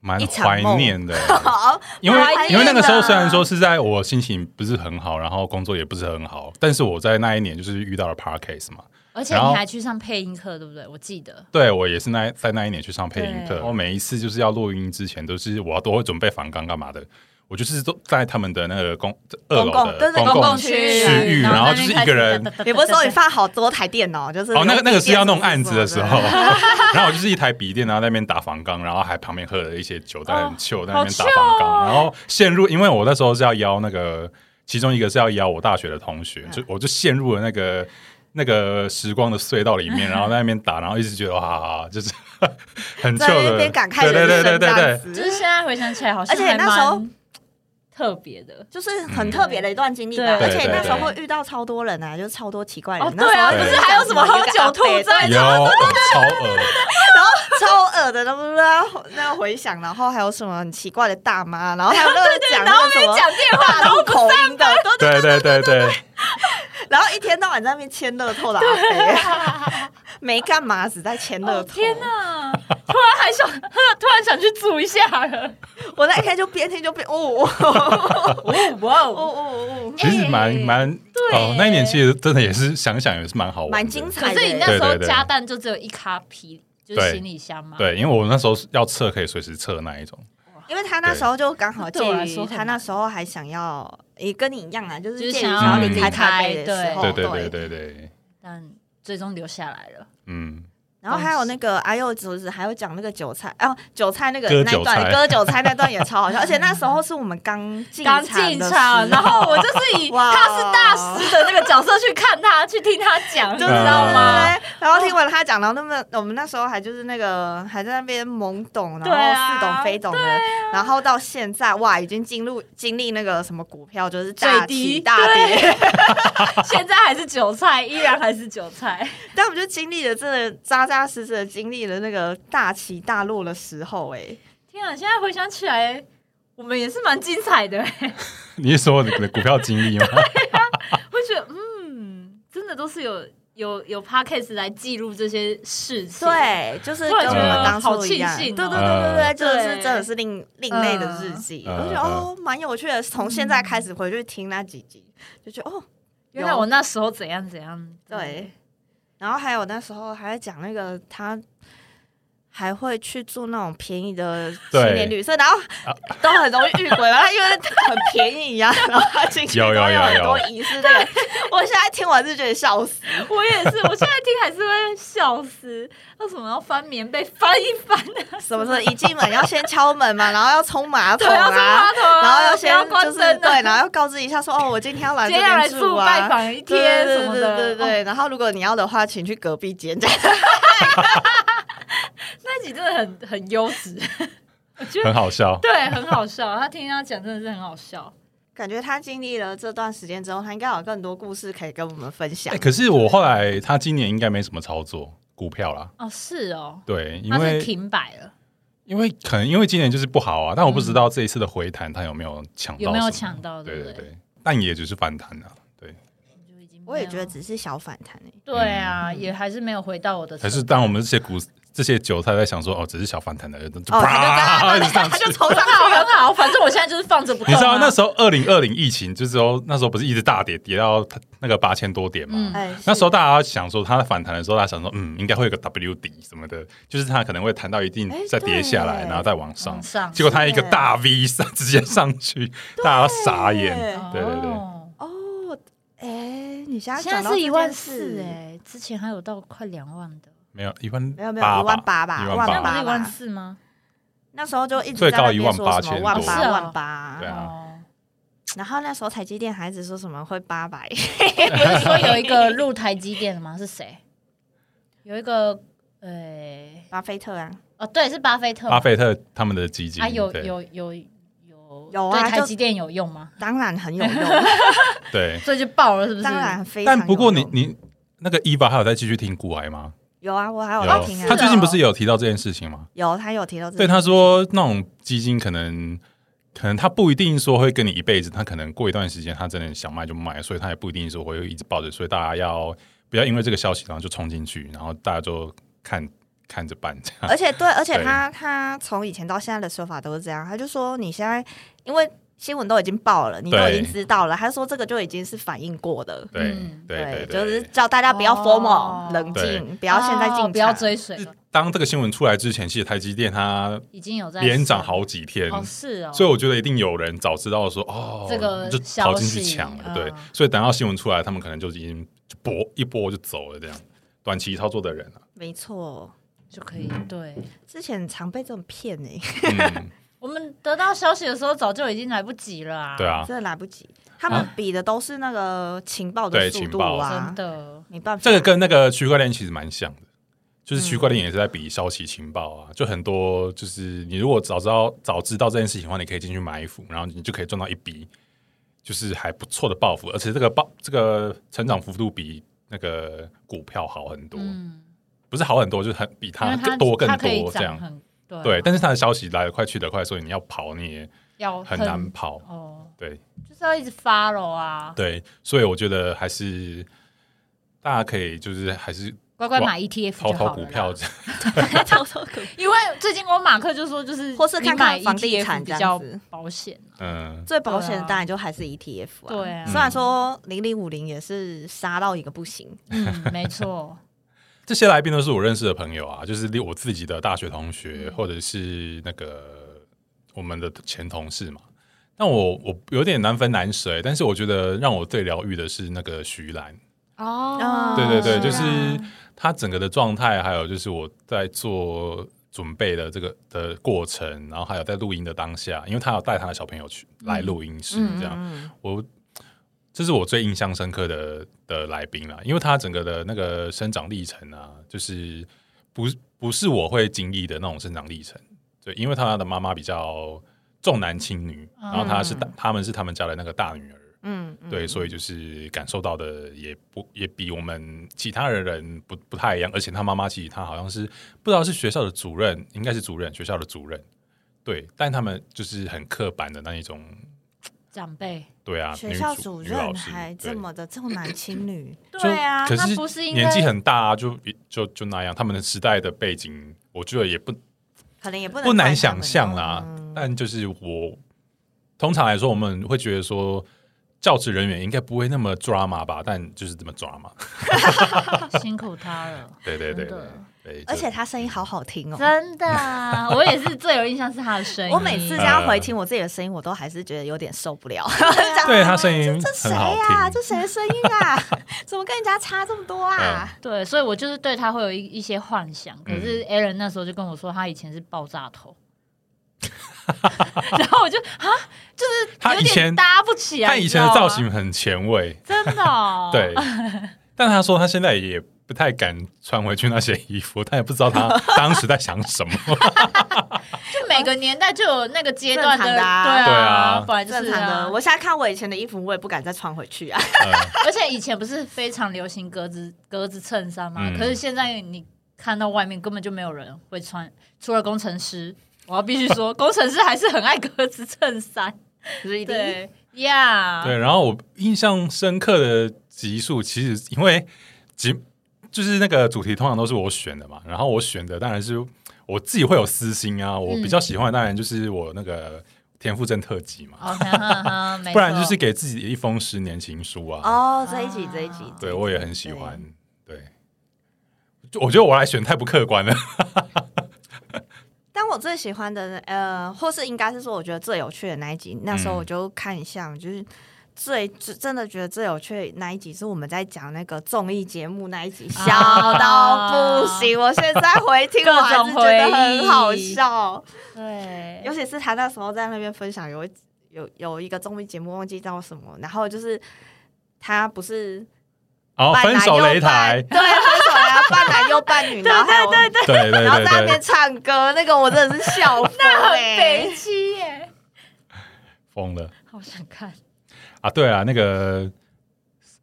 [SPEAKER 4] 蛮
[SPEAKER 1] 一场
[SPEAKER 4] 怀
[SPEAKER 1] 梦
[SPEAKER 4] 念的。
[SPEAKER 1] 好，
[SPEAKER 4] 因为
[SPEAKER 1] 蛮怀念
[SPEAKER 4] 因为那个时候
[SPEAKER 1] 的
[SPEAKER 4] 虽然说是在我心情不是很好，然后工作也不是很好，但是我在那一年就是遇到了 Parkcase 嘛，
[SPEAKER 2] 而且
[SPEAKER 4] 然后
[SPEAKER 2] 你还去上配音课，对不对？我记得
[SPEAKER 4] 对我也是那在那一年去上配音
[SPEAKER 2] 对
[SPEAKER 4] 课，我每一次就是要录音之前都是我都会准备反纲干嘛的，我就是都在他们的那个公二
[SPEAKER 1] 公
[SPEAKER 4] 楼
[SPEAKER 1] 共对
[SPEAKER 4] 的
[SPEAKER 1] 对
[SPEAKER 4] 共
[SPEAKER 1] 公共
[SPEAKER 4] 区
[SPEAKER 1] 区
[SPEAKER 4] 域然后就是一个人
[SPEAKER 1] 你不是说你放好多台电脑，就是
[SPEAKER 4] 哦，那个那个是要弄
[SPEAKER 1] 电
[SPEAKER 4] 案
[SPEAKER 1] 视
[SPEAKER 4] 子
[SPEAKER 1] 什么
[SPEAKER 4] 的时候，然后我就是一台笔电，然后在那边打房纲，然后还旁边喝了一些酒，在很
[SPEAKER 2] 哦
[SPEAKER 4] 糗，在那
[SPEAKER 2] 好
[SPEAKER 4] 边打房纲，然后陷入，因为我那时候是要邀那个，其中一个是要邀我大学的同学，就我就陷入了那个。那个时光的隧道里面，然后在那边打，然后一直觉得哇，就是很糗
[SPEAKER 1] 在那
[SPEAKER 4] 的，
[SPEAKER 1] 边感慨
[SPEAKER 4] 对对
[SPEAKER 1] 人
[SPEAKER 4] 对
[SPEAKER 1] 生
[SPEAKER 4] 对
[SPEAKER 1] 这
[SPEAKER 4] 对
[SPEAKER 1] 样
[SPEAKER 4] 对，
[SPEAKER 1] 子，
[SPEAKER 2] 就是现在回想起来，好像
[SPEAKER 1] 而且那时候
[SPEAKER 2] 还蛮特别的。
[SPEAKER 1] 就是很特别的一段经历吧。
[SPEAKER 2] 对
[SPEAKER 1] 而且那时候
[SPEAKER 4] 嗯对对
[SPEAKER 1] 会遇到超多人啊，就是超多奇怪人。
[SPEAKER 2] 哦，
[SPEAKER 1] 那
[SPEAKER 2] 对
[SPEAKER 1] 时候
[SPEAKER 2] 啊，
[SPEAKER 4] 对
[SPEAKER 2] 不
[SPEAKER 1] 就是
[SPEAKER 2] 还有什么喝酒吐在
[SPEAKER 4] 有超恶，
[SPEAKER 1] 然后超恶的，然后那个回响，然后还有什么很奇怪的大妈，然后还有那个讲
[SPEAKER 2] 然后
[SPEAKER 1] 那个
[SPEAKER 2] 没
[SPEAKER 1] 什么
[SPEAKER 2] 讲电话，
[SPEAKER 1] 大 陆口音的，都
[SPEAKER 4] 对对对对，
[SPEAKER 1] 然后一天到晚在那边签乐透的阿飞，没干嘛，只在签乐
[SPEAKER 2] 哦
[SPEAKER 1] 透。
[SPEAKER 2] 天哪！突然还想， 突然想去住一下了。
[SPEAKER 1] 我那一天就边听就边哦哦哦
[SPEAKER 2] 哦哇
[SPEAKER 1] 哦哦
[SPEAKER 4] 其实蛮
[SPEAKER 2] 哎
[SPEAKER 4] 蛮
[SPEAKER 2] 对
[SPEAKER 4] 哦，那一年其实真的也是想一想也是蛮好玩
[SPEAKER 1] 哦，
[SPEAKER 4] 的，
[SPEAKER 1] 蛮精彩
[SPEAKER 2] 可
[SPEAKER 1] 的。
[SPEAKER 2] 是你那时候
[SPEAKER 4] 对对对
[SPEAKER 2] 加蛋就只有一卡皮，就是
[SPEAKER 4] 对
[SPEAKER 2] 行李箱嘛。
[SPEAKER 4] 对，因为我那时候要测可以随时测那一种，
[SPEAKER 1] 因为他那时候就刚好介
[SPEAKER 2] 对我来说
[SPEAKER 1] 于
[SPEAKER 2] 很
[SPEAKER 1] 他那时候还想要，也跟你一样啊，就是
[SPEAKER 2] 就是
[SPEAKER 1] 介于
[SPEAKER 2] 想
[SPEAKER 1] 想要
[SPEAKER 4] 要
[SPEAKER 1] 离开
[SPEAKER 4] 离
[SPEAKER 1] 台
[SPEAKER 2] 开
[SPEAKER 1] 北的时候，
[SPEAKER 4] 对对对对对，
[SPEAKER 2] 但最终留下来了。
[SPEAKER 4] 嗯，
[SPEAKER 1] 然后
[SPEAKER 2] 哦
[SPEAKER 1] 还有那个阿佑就是还有讲那个韭菜，哦，韭菜那个
[SPEAKER 4] 割
[SPEAKER 1] 那一
[SPEAKER 4] 韭菜
[SPEAKER 1] 段割韭菜那段也超好笑，而且那时 候是我们刚进
[SPEAKER 2] 刚
[SPEAKER 1] 场
[SPEAKER 2] 进
[SPEAKER 1] 的时
[SPEAKER 2] 场，
[SPEAKER 1] 候
[SPEAKER 2] 然后我就是以
[SPEAKER 1] 哇哦
[SPEAKER 2] 他是大师的那个角色去看他，去听他讲，你
[SPEAKER 1] 就
[SPEAKER 2] 知
[SPEAKER 1] 是
[SPEAKER 2] 道
[SPEAKER 4] 嗯
[SPEAKER 2] 吗？
[SPEAKER 1] 对对对然后听完他讲，然后那么我们那时候还就是那个还在那边懵懂，然
[SPEAKER 2] 对啊
[SPEAKER 1] 后似懂非懂的，然后到现在哇，已经进入经历那个什么股票就是
[SPEAKER 2] 最
[SPEAKER 1] 大
[SPEAKER 2] 低
[SPEAKER 1] 起大跌，
[SPEAKER 2] 现在还是韭菜，依然还是韭菜。
[SPEAKER 1] 但我们就经历了真的扎扎实实的经历了那个大起大落的时候、哎，
[SPEAKER 2] 天啊，现在回想起来，我们也是蛮精彩的、欸，
[SPEAKER 4] 你是说你的股票经 历吗？
[SPEAKER 2] 会觉得嗯，真的都是有有有 podcast 来记录这些事情。，
[SPEAKER 1] 对，就是
[SPEAKER 2] 突
[SPEAKER 1] 跟
[SPEAKER 2] 然
[SPEAKER 1] 我
[SPEAKER 4] 觉得
[SPEAKER 1] 们当
[SPEAKER 2] 好
[SPEAKER 1] 初
[SPEAKER 2] 庆
[SPEAKER 1] 一样，
[SPEAKER 2] 幸
[SPEAKER 1] 对
[SPEAKER 2] 哦
[SPEAKER 1] 对对对对，
[SPEAKER 4] 嗯
[SPEAKER 1] 就是
[SPEAKER 2] 对
[SPEAKER 1] 真的是另另类的日记，
[SPEAKER 4] 嗯
[SPEAKER 1] 我就觉得
[SPEAKER 4] 嗯
[SPEAKER 1] 哦蛮有趣的。从现在开始回去听那几集，就觉得
[SPEAKER 2] 嗯
[SPEAKER 1] 哦，
[SPEAKER 2] 原来我那时候怎样怎样。
[SPEAKER 1] 对，然后还有那时候还在讲那个他还会去住那种便宜的青
[SPEAKER 4] 对
[SPEAKER 1] 年旅社，然后都很容易遇鬼嘛，他因为很便宜呀、然后他进去
[SPEAKER 4] 有
[SPEAKER 1] 都
[SPEAKER 4] 有有
[SPEAKER 1] 有很多
[SPEAKER 4] 有
[SPEAKER 1] 仪式那个。我现在听完是觉得笑死，
[SPEAKER 2] 我也是，我现在听还是会笑死。为什么要翻棉被翻一翻啊？
[SPEAKER 1] 什么什么一进门要先敲门嘛，然后要冲马桶
[SPEAKER 2] 对要冲
[SPEAKER 1] 啊
[SPEAKER 2] 马桶啊，
[SPEAKER 1] 然后要
[SPEAKER 2] 不要
[SPEAKER 1] 先
[SPEAKER 2] 关
[SPEAKER 1] 就是
[SPEAKER 2] 灯啊
[SPEAKER 1] 对，然后要告知一下说哦， 我今天要来
[SPEAKER 2] 今
[SPEAKER 1] 这
[SPEAKER 2] 天要来
[SPEAKER 1] 边
[SPEAKER 2] 住
[SPEAKER 1] 啊，
[SPEAKER 2] 拜访一天什么的，
[SPEAKER 1] 对对对对
[SPEAKER 2] 哦
[SPEAKER 1] 对。然后如果你要的话，请去隔壁间。
[SPEAKER 2] 那一集真的很很优质，我觉
[SPEAKER 4] 很
[SPEAKER 2] 得
[SPEAKER 4] 好笑。
[SPEAKER 2] 对，很好笑。他听他讲真的是很好笑，
[SPEAKER 1] 感觉他经历了这段时间之后，他应该有更多故事可以跟我们分享
[SPEAKER 4] 哎，。可是我后来他今年应该没什么操作股票啦，
[SPEAKER 2] 哦，是哦，
[SPEAKER 4] 对，因
[SPEAKER 2] 他
[SPEAKER 4] 为
[SPEAKER 2] 是停摆了，
[SPEAKER 4] 因为可能因为今年就是不好啊，但我不知道这一次的回弹他有没有抢到，
[SPEAKER 2] 嗯有没有抢？到？
[SPEAKER 4] 对
[SPEAKER 2] 不
[SPEAKER 4] 对对，但也只是反弹啊，对，嗯
[SPEAKER 2] 就已经没有
[SPEAKER 1] 我也觉得只是小反弹欸诶、
[SPEAKER 2] 对啊，也还是没有回到我的程度，
[SPEAKER 4] 还是当我们这些股这些韭菜在想说哦，只是小反弹的，就
[SPEAKER 1] 哦，
[SPEAKER 4] 啪一直上
[SPEAKER 1] 他
[SPEAKER 4] 去
[SPEAKER 1] 就。从上
[SPEAKER 2] 哦很好很好，反正我现在就是放着不动啊。
[SPEAKER 4] 你知道那时候二零二零疫情，就是说那时候不是一直大跌，跌到它那个八千多点嘛。
[SPEAKER 2] 嗯
[SPEAKER 1] 哎，
[SPEAKER 4] 那时候
[SPEAKER 1] 到
[SPEAKER 4] 大家想说，它反弹的时候，大家想说，嗯，应该会有个 W 底什么的，就是它可能会弹到一定
[SPEAKER 1] 哎
[SPEAKER 4] 再跌下来，
[SPEAKER 1] 对
[SPEAKER 4] 然后再往上
[SPEAKER 2] 往。上
[SPEAKER 4] 结果它一个
[SPEAKER 1] 是
[SPEAKER 4] 大 V 上直接上去，大家傻眼。对对对
[SPEAKER 2] 哦
[SPEAKER 1] 哦，哎、你现在
[SPEAKER 2] 现
[SPEAKER 1] 讲
[SPEAKER 2] 在
[SPEAKER 1] 到
[SPEAKER 2] 是
[SPEAKER 1] 这
[SPEAKER 2] 一万
[SPEAKER 1] 件
[SPEAKER 2] 四
[SPEAKER 1] 事，
[SPEAKER 2] 哎，之前还有到快两万的，
[SPEAKER 4] 没有一万
[SPEAKER 1] 没有没有
[SPEAKER 4] 八
[SPEAKER 1] 一万八吧
[SPEAKER 4] 一万
[SPEAKER 1] 一万
[SPEAKER 4] 八
[SPEAKER 2] 不
[SPEAKER 1] 八
[SPEAKER 2] 是一万四吗？
[SPEAKER 1] 那时候就一直
[SPEAKER 4] 最
[SPEAKER 1] 在
[SPEAKER 4] 高
[SPEAKER 1] 那边说
[SPEAKER 4] 18,000
[SPEAKER 1] 什么万
[SPEAKER 2] 多
[SPEAKER 1] 八
[SPEAKER 2] 是哦
[SPEAKER 1] 万八
[SPEAKER 4] 对，啊
[SPEAKER 2] 哦，
[SPEAKER 1] 然后那时候台积电还一直说什么会八 百，
[SPEAKER 2] 不是说有一个入台积电的吗？是谁？有一个，呃，
[SPEAKER 1] 巴菲特啊，
[SPEAKER 2] 哦，对，是巴菲特吗。
[SPEAKER 4] 巴菲特他们的基金
[SPEAKER 2] 啊，有
[SPEAKER 4] 对
[SPEAKER 2] 有有有
[SPEAKER 1] 有啊
[SPEAKER 2] 对台
[SPEAKER 1] 就
[SPEAKER 2] 积电有用 吗？
[SPEAKER 1] 当然很有用，
[SPEAKER 4] 对，
[SPEAKER 2] 所以就爆了，是不是？
[SPEAKER 1] 当然非常有
[SPEAKER 4] 但
[SPEAKER 1] 用。
[SPEAKER 4] 不过你你那个伊娃还有再继续听股癌吗？
[SPEAKER 1] 有啊，我还有在
[SPEAKER 4] 有
[SPEAKER 1] 听
[SPEAKER 2] 是
[SPEAKER 1] 啊，
[SPEAKER 4] 他最近
[SPEAKER 2] 哦
[SPEAKER 4] 不是有提到这件事情吗？
[SPEAKER 1] 有他有提到这
[SPEAKER 2] 嗯
[SPEAKER 4] 对，
[SPEAKER 1] 个，
[SPEAKER 4] 他说那种基金可能。可能他不一定说会跟你一辈子，他可能过一段时间，他真的想卖就卖，所以他也不一定说会一直抱着，所以大家要不要因为这个消息然后就冲进去，然后大家就看看着办这样。
[SPEAKER 1] 而且对，而且
[SPEAKER 4] 啊对
[SPEAKER 1] 他他从以前到现在的说法都是这样，他就说你现在因为新闻都已经报了，你都
[SPEAKER 4] 对
[SPEAKER 1] 已经知道了，他说这个就已经是反应过的，
[SPEAKER 4] 对、
[SPEAKER 2] 嗯
[SPEAKER 4] 对对对，
[SPEAKER 1] 就是叫大家不要 formal，、
[SPEAKER 2] 哦
[SPEAKER 1] 冷
[SPEAKER 4] 对
[SPEAKER 1] 静，不要现在进场、
[SPEAKER 2] 哦不要追水了，
[SPEAKER 4] 当这个新闻出来之前，其实台积电它
[SPEAKER 2] 已经有在
[SPEAKER 4] 连涨好几天，
[SPEAKER 2] 哦，是哦，
[SPEAKER 4] 所以我觉得一定有人早知道说哦，
[SPEAKER 2] 这个
[SPEAKER 4] 就跑进去抢了，
[SPEAKER 2] 消息
[SPEAKER 4] 对
[SPEAKER 2] 嗯，
[SPEAKER 4] 所以等到新闻出来，他们可能就已经就搏一波就走了，这样短期操作的人啊，
[SPEAKER 1] 没错，
[SPEAKER 2] 就可以对。
[SPEAKER 1] 之前常被这种骗哎、
[SPEAKER 4] 嗯，
[SPEAKER 2] 我们得到消息的时候，早就已经来不及了啊！
[SPEAKER 4] 对，啊，
[SPEAKER 1] 真的来不及。他们比的都是那个情报的
[SPEAKER 4] 对
[SPEAKER 1] 速
[SPEAKER 4] 情
[SPEAKER 1] 度
[SPEAKER 4] 报
[SPEAKER 1] 啊
[SPEAKER 2] 真，的，
[SPEAKER 1] 没办法。
[SPEAKER 4] 这 个跟那个区块链其实蛮像的，
[SPEAKER 2] 嗯
[SPEAKER 4] 就是区块链也是在比消息情报啊，就很多就是你如果早知道早知道这件事情的话，你可以进去埋伏，然后你就可以赚到一笔就是还不错的报复，而且这个报这个成长幅度比那个股票好很多，
[SPEAKER 2] 嗯，
[SPEAKER 4] 不是好很多，就是很比它
[SPEAKER 2] 因为它
[SPEAKER 4] 更多更
[SPEAKER 2] 它可以
[SPEAKER 4] 多这
[SPEAKER 2] 涨
[SPEAKER 4] 样。
[SPEAKER 2] 很对啊
[SPEAKER 4] 对，但是它的消息来得快去得快，所以你要跑你也
[SPEAKER 2] 要
[SPEAKER 4] 很难跑。
[SPEAKER 2] 哦，
[SPEAKER 4] 对
[SPEAKER 2] 就是要一直 follow 啊，
[SPEAKER 4] 对，所以我觉得还是大家可以就是还是
[SPEAKER 2] 乖乖买 ETF
[SPEAKER 4] 抛
[SPEAKER 2] 就好
[SPEAKER 4] 抛
[SPEAKER 2] 了啦
[SPEAKER 4] 股票，这样。
[SPEAKER 1] 偷偷可
[SPEAKER 2] 因为最近我马克就说，就是
[SPEAKER 1] 或是看看
[SPEAKER 2] 你买
[SPEAKER 1] 房地产
[SPEAKER 2] ETF
[SPEAKER 1] 这
[SPEAKER 2] 比
[SPEAKER 1] 样
[SPEAKER 2] 较
[SPEAKER 1] 子
[SPEAKER 2] 保险啊，
[SPEAKER 4] 嗯，
[SPEAKER 1] 最保险
[SPEAKER 2] 对
[SPEAKER 1] 的
[SPEAKER 2] 啊
[SPEAKER 1] 当然就还是 ETF 啊。
[SPEAKER 2] 对啊
[SPEAKER 1] 虽然说零零五零也是杀到一个不行，
[SPEAKER 2] 嗯，没错，
[SPEAKER 4] 这些来宾都是我认识的朋友啊，就是我自己的大学同学，或者是那个我们的前同事嘛。但我我有点难分难舍，欸但是我觉得让我最疗愈的是那个徐兰，
[SPEAKER 2] 哦
[SPEAKER 4] 对对对，
[SPEAKER 1] 是
[SPEAKER 4] 就
[SPEAKER 1] 啊
[SPEAKER 4] 是他整个的状态，还有就是我在做准备的这个的过程，然后还有在录音的当下，因为他有带他的小朋友去来录音室，这样，
[SPEAKER 1] 嗯
[SPEAKER 4] 我这是我最印象深刻的的来宾啦，因为他整个的那个生长历程啊，就是不不是我会经历的那种生长历程，对，因为他的妈妈比较重男轻女，然后他是大他们是他们家的那个大女儿。
[SPEAKER 1] 嗯，嗯
[SPEAKER 4] 对，所以就是感受到的也不也比我们其他的人不不太一样，而且他妈妈其实她好像是不知道是学校的主任，应该是主任，学校的主任，对，但他们就是很刻板的那一种，
[SPEAKER 2] 长辈，
[SPEAKER 4] 对啊，
[SPEAKER 1] 学校
[SPEAKER 4] 女
[SPEAKER 1] 主
[SPEAKER 4] 女老
[SPEAKER 1] 任
[SPEAKER 4] 师
[SPEAKER 1] 还
[SPEAKER 4] 对
[SPEAKER 1] 这么的重男轻女，
[SPEAKER 4] 就
[SPEAKER 2] 对啊，
[SPEAKER 4] 可
[SPEAKER 2] 他
[SPEAKER 4] 是
[SPEAKER 2] 不是应该
[SPEAKER 4] 年纪很大、啊，就就就那样，他们的时代的背景，我觉得也不
[SPEAKER 1] 可能也不能
[SPEAKER 4] 不
[SPEAKER 1] 怪
[SPEAKER 4] 难
[SPEAKER 1] 他
[SPEAKER 4] 想
[SPEAKER 1] 们
[SPEAKER 4] 象啦。
[SPEAKER 1] 嗯
[SPEAKER 4] 但就是我通常来说，我们会觉得说教职人员应该不会那么抓马吧，但就是这么抓嘛。
[SPEAKER 2] 辛苦他 了，
[SPEAKER 4] 对对对
[SPEAKER 2] 真
[SPEAKER 4] 对
[SPEAKER 2] 的
[SPEAKER 4] 对，
[SPEAKER 1] 而
[SPEAKER 4] 就
[SPEAKER 1] 且他声音好好听哦。
[SPEAKER 2] 真的啊， 我也是最有印象是他的声音。
[SPEAKER 1] 我每次这样回听我自己的声音，我都还是觉得有点受不了。
[SPEAKER 4] 嗯对他声音
[SPEAKER 1] 这谁
[SPEAKER 4] 很好
[SPEAKER 1] 呀、
[SPEAKER 4] 听
[SPEAKER 1] 这，谁的声音啊？ 怎么跟人家差这么多啊？
[SPEAKER 2] 对，所以我就是对他会有一一些幻想。可
[SPEAKER 4] 嗯
[SPEAKER 2] 是 Aaron 那时候就跟我说，他以前是爆炸头， 然后我就啊，就是
[SPEAKER 4] 他
[SPEAKER 2] 有
[SPEAKER 4] 以前
[SPEAKER 2] 点搭不
[SPEAKER 1] 啊
[SPEAKER 2] 起来，
[SPEAKER 4] 他以前的
[SPEAKER 2] 你知道吗
[SPEAKER 4] 造型很前卫，
[SPEAKER 2] 真的哦
[SPEAKER 4] 对，但他说他现在也不太敢穿回去那些衣服，他也不知道他当时在想什么。
[SPEAKER 2] 就每个年代就有那个阶段的，
[SPEAKER 1] 正常的啊
[SPEAKER 4] 对
[SPEAKER 2] 对
[SPEAKER 4] 啊
[SPEAKER 2] 本来就
[SPEAKER 1] 正
[SPEAKER 2] 是
[SPEAKER 1] 常
[SPEAKER 2] 啊
[SPEAKER 1] 的，我现在看我以前的衣服，我也不敢再穿回去啊。
[SPEAKER 2] 而且以前不是非常流行格子格子衬衫吗？
[SPEAKER 4] 嗯
[SPEAKER 2] 可是现在你看到外面根本就没有人会穿，除了工程师，我要必须说，工程师还是很爱格子衬衫。
[SPEAKER 1] Really？
[SPEAKER 2] 对呀，
[SPEAKER 4] 对，然后我印象深刻的集数，其实因为集就是那个主题通常都是我选的嘛，然后我选的当然是我自己会有私心啊，我比较喜欢的当然就是我那个田馥甄特辑嘛，
[SPEAKER 2] OK，哈哈没错
[SPEAKER 4] 不然就是给自己一封十年情书啊。
[SPEAKER 1] 哦，这一集这一集
[SPEAKER 2] 啊，
[SPEAKER 4] 对，我也很喜欢。对，就我觉得我来选太不客观了。
[SPEAKER 1] 但我最喜欢的呃，或是应该是说，我觉得最有趣的那一集，那时候
[SPEAKER 4] 嗯
[SPEAKER 1] 我就看一下，就是最最真的觉得最有趣的那一集是我们在讲那个综艺节目那一集，
[SPEAKER 2] 啊
[SPEAKER 1] 笑到不行。我现在回听，
[SPEAKER 2] 各
[SPEAKER 1] 我还
[SPEAKER 2] 种
[SPEAKER 1] 是觉得
[SPEAKER 2] 回忆
[SPEAKER 1] 很好笑，
[SPEAKER 2] 对
[SPEAKER 1] 尤，其是他那时候在那边分享有一有有一个综艺节目忘记叫什么，然后就是他不是
[SPEAKER 4] 然后
[SPEAKER 1] 半
[SPEAKER 4] 哦分
[SPEAKER 1] 男
[SPEAKER 4] 手
[SPEAKER 1] 又
[SPEAKER 4] 擂台
[SPEAKER 1] 半，对，分手呀，半男又半女，然后还有
[SPEAKER 4] 对对
[SPEAKER 1] 然后
[SPEAKER 4] 对
[SPEAKER 1] 在那
[SPEAKER 4] 对
[SPEAKER 1] 边，唱歌，那个我真的是 笑疯、欸，
[SPEAKER 2] 很悲戚耶，
[SPEAKER 4] 疯了
[SPEAKER 2] 好想看
[SPEAKER 4] 啊！对啊，那个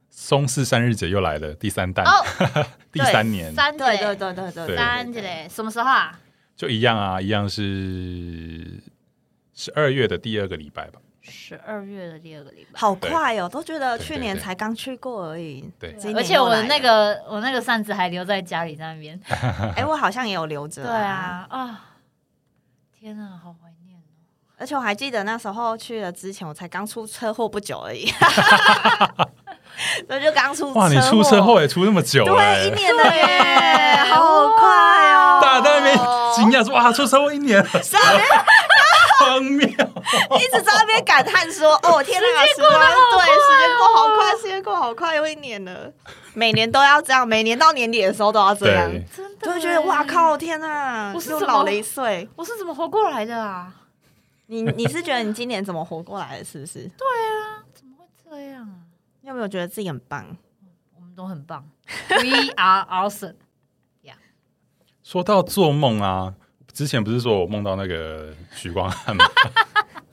[SPEAKER 4] 松氏三日节又来了，第三弹，
[SPEAKER 2] 哦，
[SPEAKER 4] 第三年
[SPEAKER 2] 三
[SPEAKER 1] 对
[SPEAKER 2] 对
[SPEAKER 1] 对对
[SPEAKER 2] 对
[SPEAKER 1] 对对
[SPEAKER 4] 对
[SPEAKER 2] 三的嘞，什么时候啊？
[SPEAKER 4] 就一样啊，一样是十二月的第二个礼拜吧。
[SPEAKER 2] 十二月的第二个礼拜。
[SPEAKER 1] 好快哦，都觉得去年
[SPEAKER 4] 对对对
[SPEAKER 1] 才刚去过而已。
[SPEAKER 4] 对
[SPEAKER 1] 今
[SPEAKER 2] 而
[SPEAKER 1] 年
[SPEAKER 2] 且我
[SPEAKER 1] 又来
[SPEAKER 2] 的那
[SPEAKER 1] 了，
[SPEAKER 2] 个我那个扇子还留在家里那边，
[SPEAKER 1] 哎、我好像也有留着、
[SPEAKER 2] 对，啊啊！天啊，好怀念哦！
[SPEAKER 1] 而且我还记得那时候去了之前，我才刚出车祸不久而 已，那就刚出
[SPEAKER 4] 哇，你出车
[SPEAKER 1] 祸，
[SPEAKER 4] 祸也出那么久了、
[SPEAKER 1] 对，一
[SPEAKER 4] 欸，
[SPEAKER 1] 年了耶，
[SPEAKER 2] 对
[SPEAKER 1] 好快哦！
[SPEAKER 4] 大家在那边惊讶说：“哇，出车祸一年了，
[SPEAKER 1] 在那边
[SPEAKER 4] 荒谬！”
[SPEAKER 1] 一直在那边感叹说：“哦，天哪，时间过对，时间过好快，时间过好快，又一年了。每年都要这样，每年到年底的时候都要 这样，
[SPEAKER 4] 对，
[SPEAKER 2] 真的，
[SPEAKER 1] 就会觉得哇！靠，天哪
[SPEAKER 2] 我，是
[SPEAKER 1] 又
[SPEAKER 2] 怎么
[SPEAKER 1] 老了一岁。”
[SPEAKER 2] 我是怎么活过来的啊？
[SPEAKER 1] 你你是觉得你今年怎么活过来的？是不是？你
[SPEAKER 2] 怎么会这样啊？
[SPEAKER 1] 有没有觉得自己很棒？
[SPEAKER 2] 我们都很 棒，We are awesome。
[SPEAKER 4] 说到做梦啊，之前不是说我梦到那个许光 汉吗？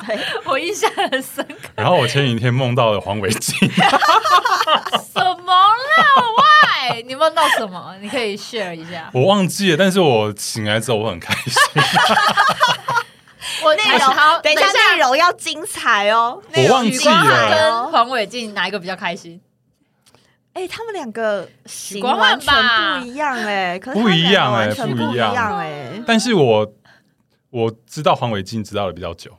[SPEAKER 1] 对，
[SPEAKER 2] 我印象很深刻，
[SPEAKER 4] 然后我前几天梦到了黄伟晋，
[SPEAKER 2] 什么啦？Why？你梦到什么？你可以 share 一下。
[SPEAKER 4] 我忘记了，但是我醒来之后我很开 心，
[SPEAKER 2] 我
[SPEAKER 1] 内容等一下内容要精彩哦。内
[SPEAKER 4] 我
[SPEAKER 1] 容
[SPEAKER 4] 忘
[SPEAKER 2] 许
[SPEAKER 4] 记
[SPEAKER 2] 光汉
[SPEAKER 4] 了。
[SPEAKER 2] 跟黄伟晋哪一个比较开心？
[SPEAKER 1] 哎、他们两个型
[SPEAKER 2] 光
[SPEAKER 1] 完
[SPEAKER 2] 汉
[SPEAKER 1] 全
[SPEAKER 2] 吧
[SPEAKER 1] 不一样哎、可是
[SPEAKER 4] 不一样
[SPEAKER 1] 哎、
[SPEAKER 4] 哎
[SPEAKER 1] 完全
[SPEAKER 4] 不
[SPEAKER 1] 一
[SPEAKER 4] 一样
[SPEAKER 1] 哎、
[SPEAKER 4] 但是我我知道黄伟晋知道的比较久，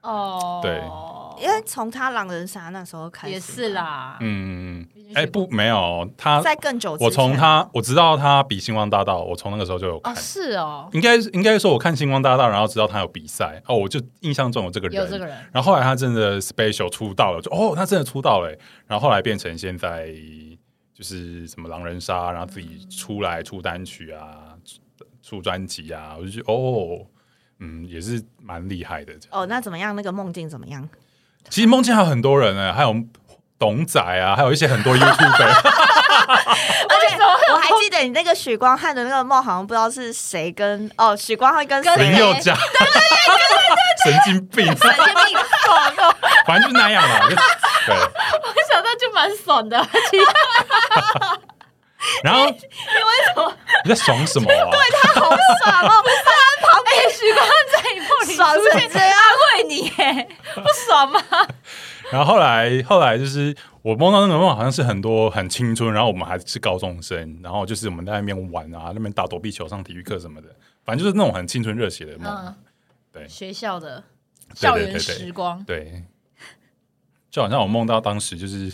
[SPEAKER 2] 哦，
[SPEAKER 4] 对
[SPEAKER 1] 因为从他狼人杀那时候开始，
[SPEAKER 2] 也是，啦。
[SPEAKER 4] 嗯
[SPEAKER 2] 毕竟，是
[SPEAKER 4] 哎、不，没有他，
[SPEAKER 1] 在更久之前，
[SPEAKER 4] 我从他我知道他比星光大道，我从那个时候就有看，
[SPEAKER 2] 哦，是哦，
[SPEAKER 4] 应该应该说我看星光大道，然后知道他有比赛，哦，我就印象中有这个人，
[SPEAKER 2] 有这个人。
[SPEAKER 4] 然后后来他真的 special 出道了，就哦，他真的出道了欸，然后后来变成现在就是什么狼人杀，然后自
[SPEAKER 2] 嗯
[SPEAKER 4] 己出来出单曲啊，出出专辑啊，我就觉得哦，嗯，也是蛮厉害的。这样，
[SPEAKER 1] 哦，那怎么样？那个梦境怎么样？
[SPEAKER 4] 其实梦见还有很多人欸呢，还有董仔啊，还有一 些很多 YouTuber，
[SPEAKER 1] 而且我还记得你那个许光汉的那个梦，好像不知道是谁跟哦，许光汉跟
[SPEAKER 2] 跟
[SPEAKER 1] 谁
[SPEAKER 4] 林宥嘉， 神经病，
[SPEAKER 2] 神经病，爽哦！
[SPEAKER 4] 反正就是那样 嘛。就对，
[SPEAKER 2] 我想到就蛮爽的，其实
[SPEAKER 4] 然后你为什么你在爽什么啊？
[SPEAKER 1] 好爽哦，
[SPEAKER 2] 旁边许光在你梦里
[SPEAKER 1] 爽
[SPEAKER 2] 出
[SPEAKER 1] 成
[SPEAKER 2] 现
[SPEAKER 1] 这样。
[SPEAKER 2] 安慰你，耶， 不爽吗？
[SPEAKER 4] 然后后来后来就是我梦到那个梦，好像是很多很青春，然后我们还是高中生，然后就是我们在那边玩啊，那边打躲避球、上体育课什么的，反正就是那种很青春热血的梦。
[SPEAKER 2] 嗯，
[SPEAKER 4] 对
[SPEAKER 2] 学校的
[SPEAKER 4] 对
[SPEAKER 2] 校
[SPEAKER 4] 对对
[SPEAKER 2] 园
[SPEAKER 4] 对
[SPEAKER 2] 时光，
[SPEAKER 4] 对，就好像我梦到当时就是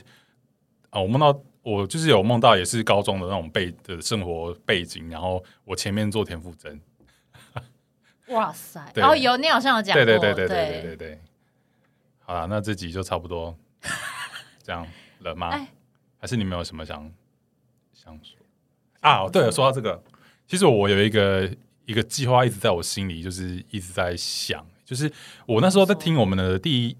[SPEAKER 4] 啊，我梦到我就是有梦到也是高中的那种背的生活背景，然后我前面做田馥甄，
[SPEAKER 2] 哇塞！
[SPEAKER 4] 对
[SPEAKER 2] 然后哦有你好像有讲过，
[SPEAKER 4] 对对对对对对对对。好了，那这集就差不多这样了吗
[SPEAKER 2] 哎？
[SPEAKER 4] 还是你们有什么想想说啊？对了，说到这个，其实我有一个一个计划一直在我心里，就是一直在想，就是我那时候在听我们的第一。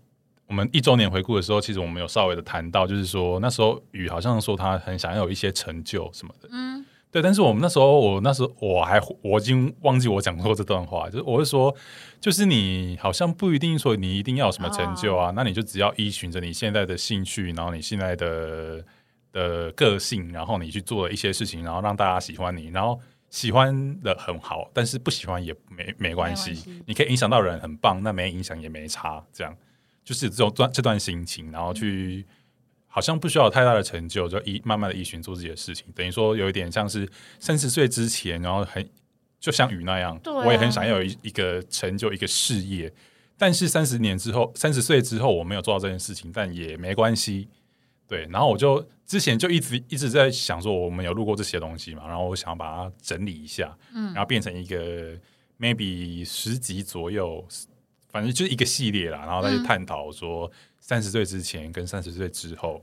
[SPEAKER 4] 我们一周年回顾的时候，其实我们有稍微的谈到，就是说那时候雨好像说他很想要有一些成就什么的，
[SPEAKER 2] 嗯，
[SPEAKER 4] 对，但是我们那时候，我那时候我还我已经忘记我讲过这段话，就是我是说，就是你好像不一定说你一定要有什么成就啊，那你就只要依循着你现在的兴趣，然后你现在的的个性，然后你去做了一些事情，然后让大家喜欢你，然后喜欢的很好，但是不喜欢也没没关系，
[SPEAKER 2] 没关系
[SPEAKER 4] 你可以影响到人很棒，那没影响也没差，这样就是这种段这段心情，然后去。好像不需要有太大的成就，就依慢慢的依循做自己的事情，等于说有一点像是三十岁之前，然后很就像雨那样，
[SPEAKER 2] 对啊
[SPEAKER 4] 我也很想要有一一个成就一个事业，但是三十年之后，三十岁之后我没有做到这件事情，但也没关系。对，然后我就之前就一直一直在想说，我们有录过这些东西嘛，然后我想把它整理一下，
[SPEAKER 2] 嗯
[SPEAKER 4] 然后变成一个 maybe 十集左右，反正就是一个系列啦，然后再去
[SPEAKER 2] 嗯
[SPEAKER 4] 探讨说三十岁之前跟三十岁之后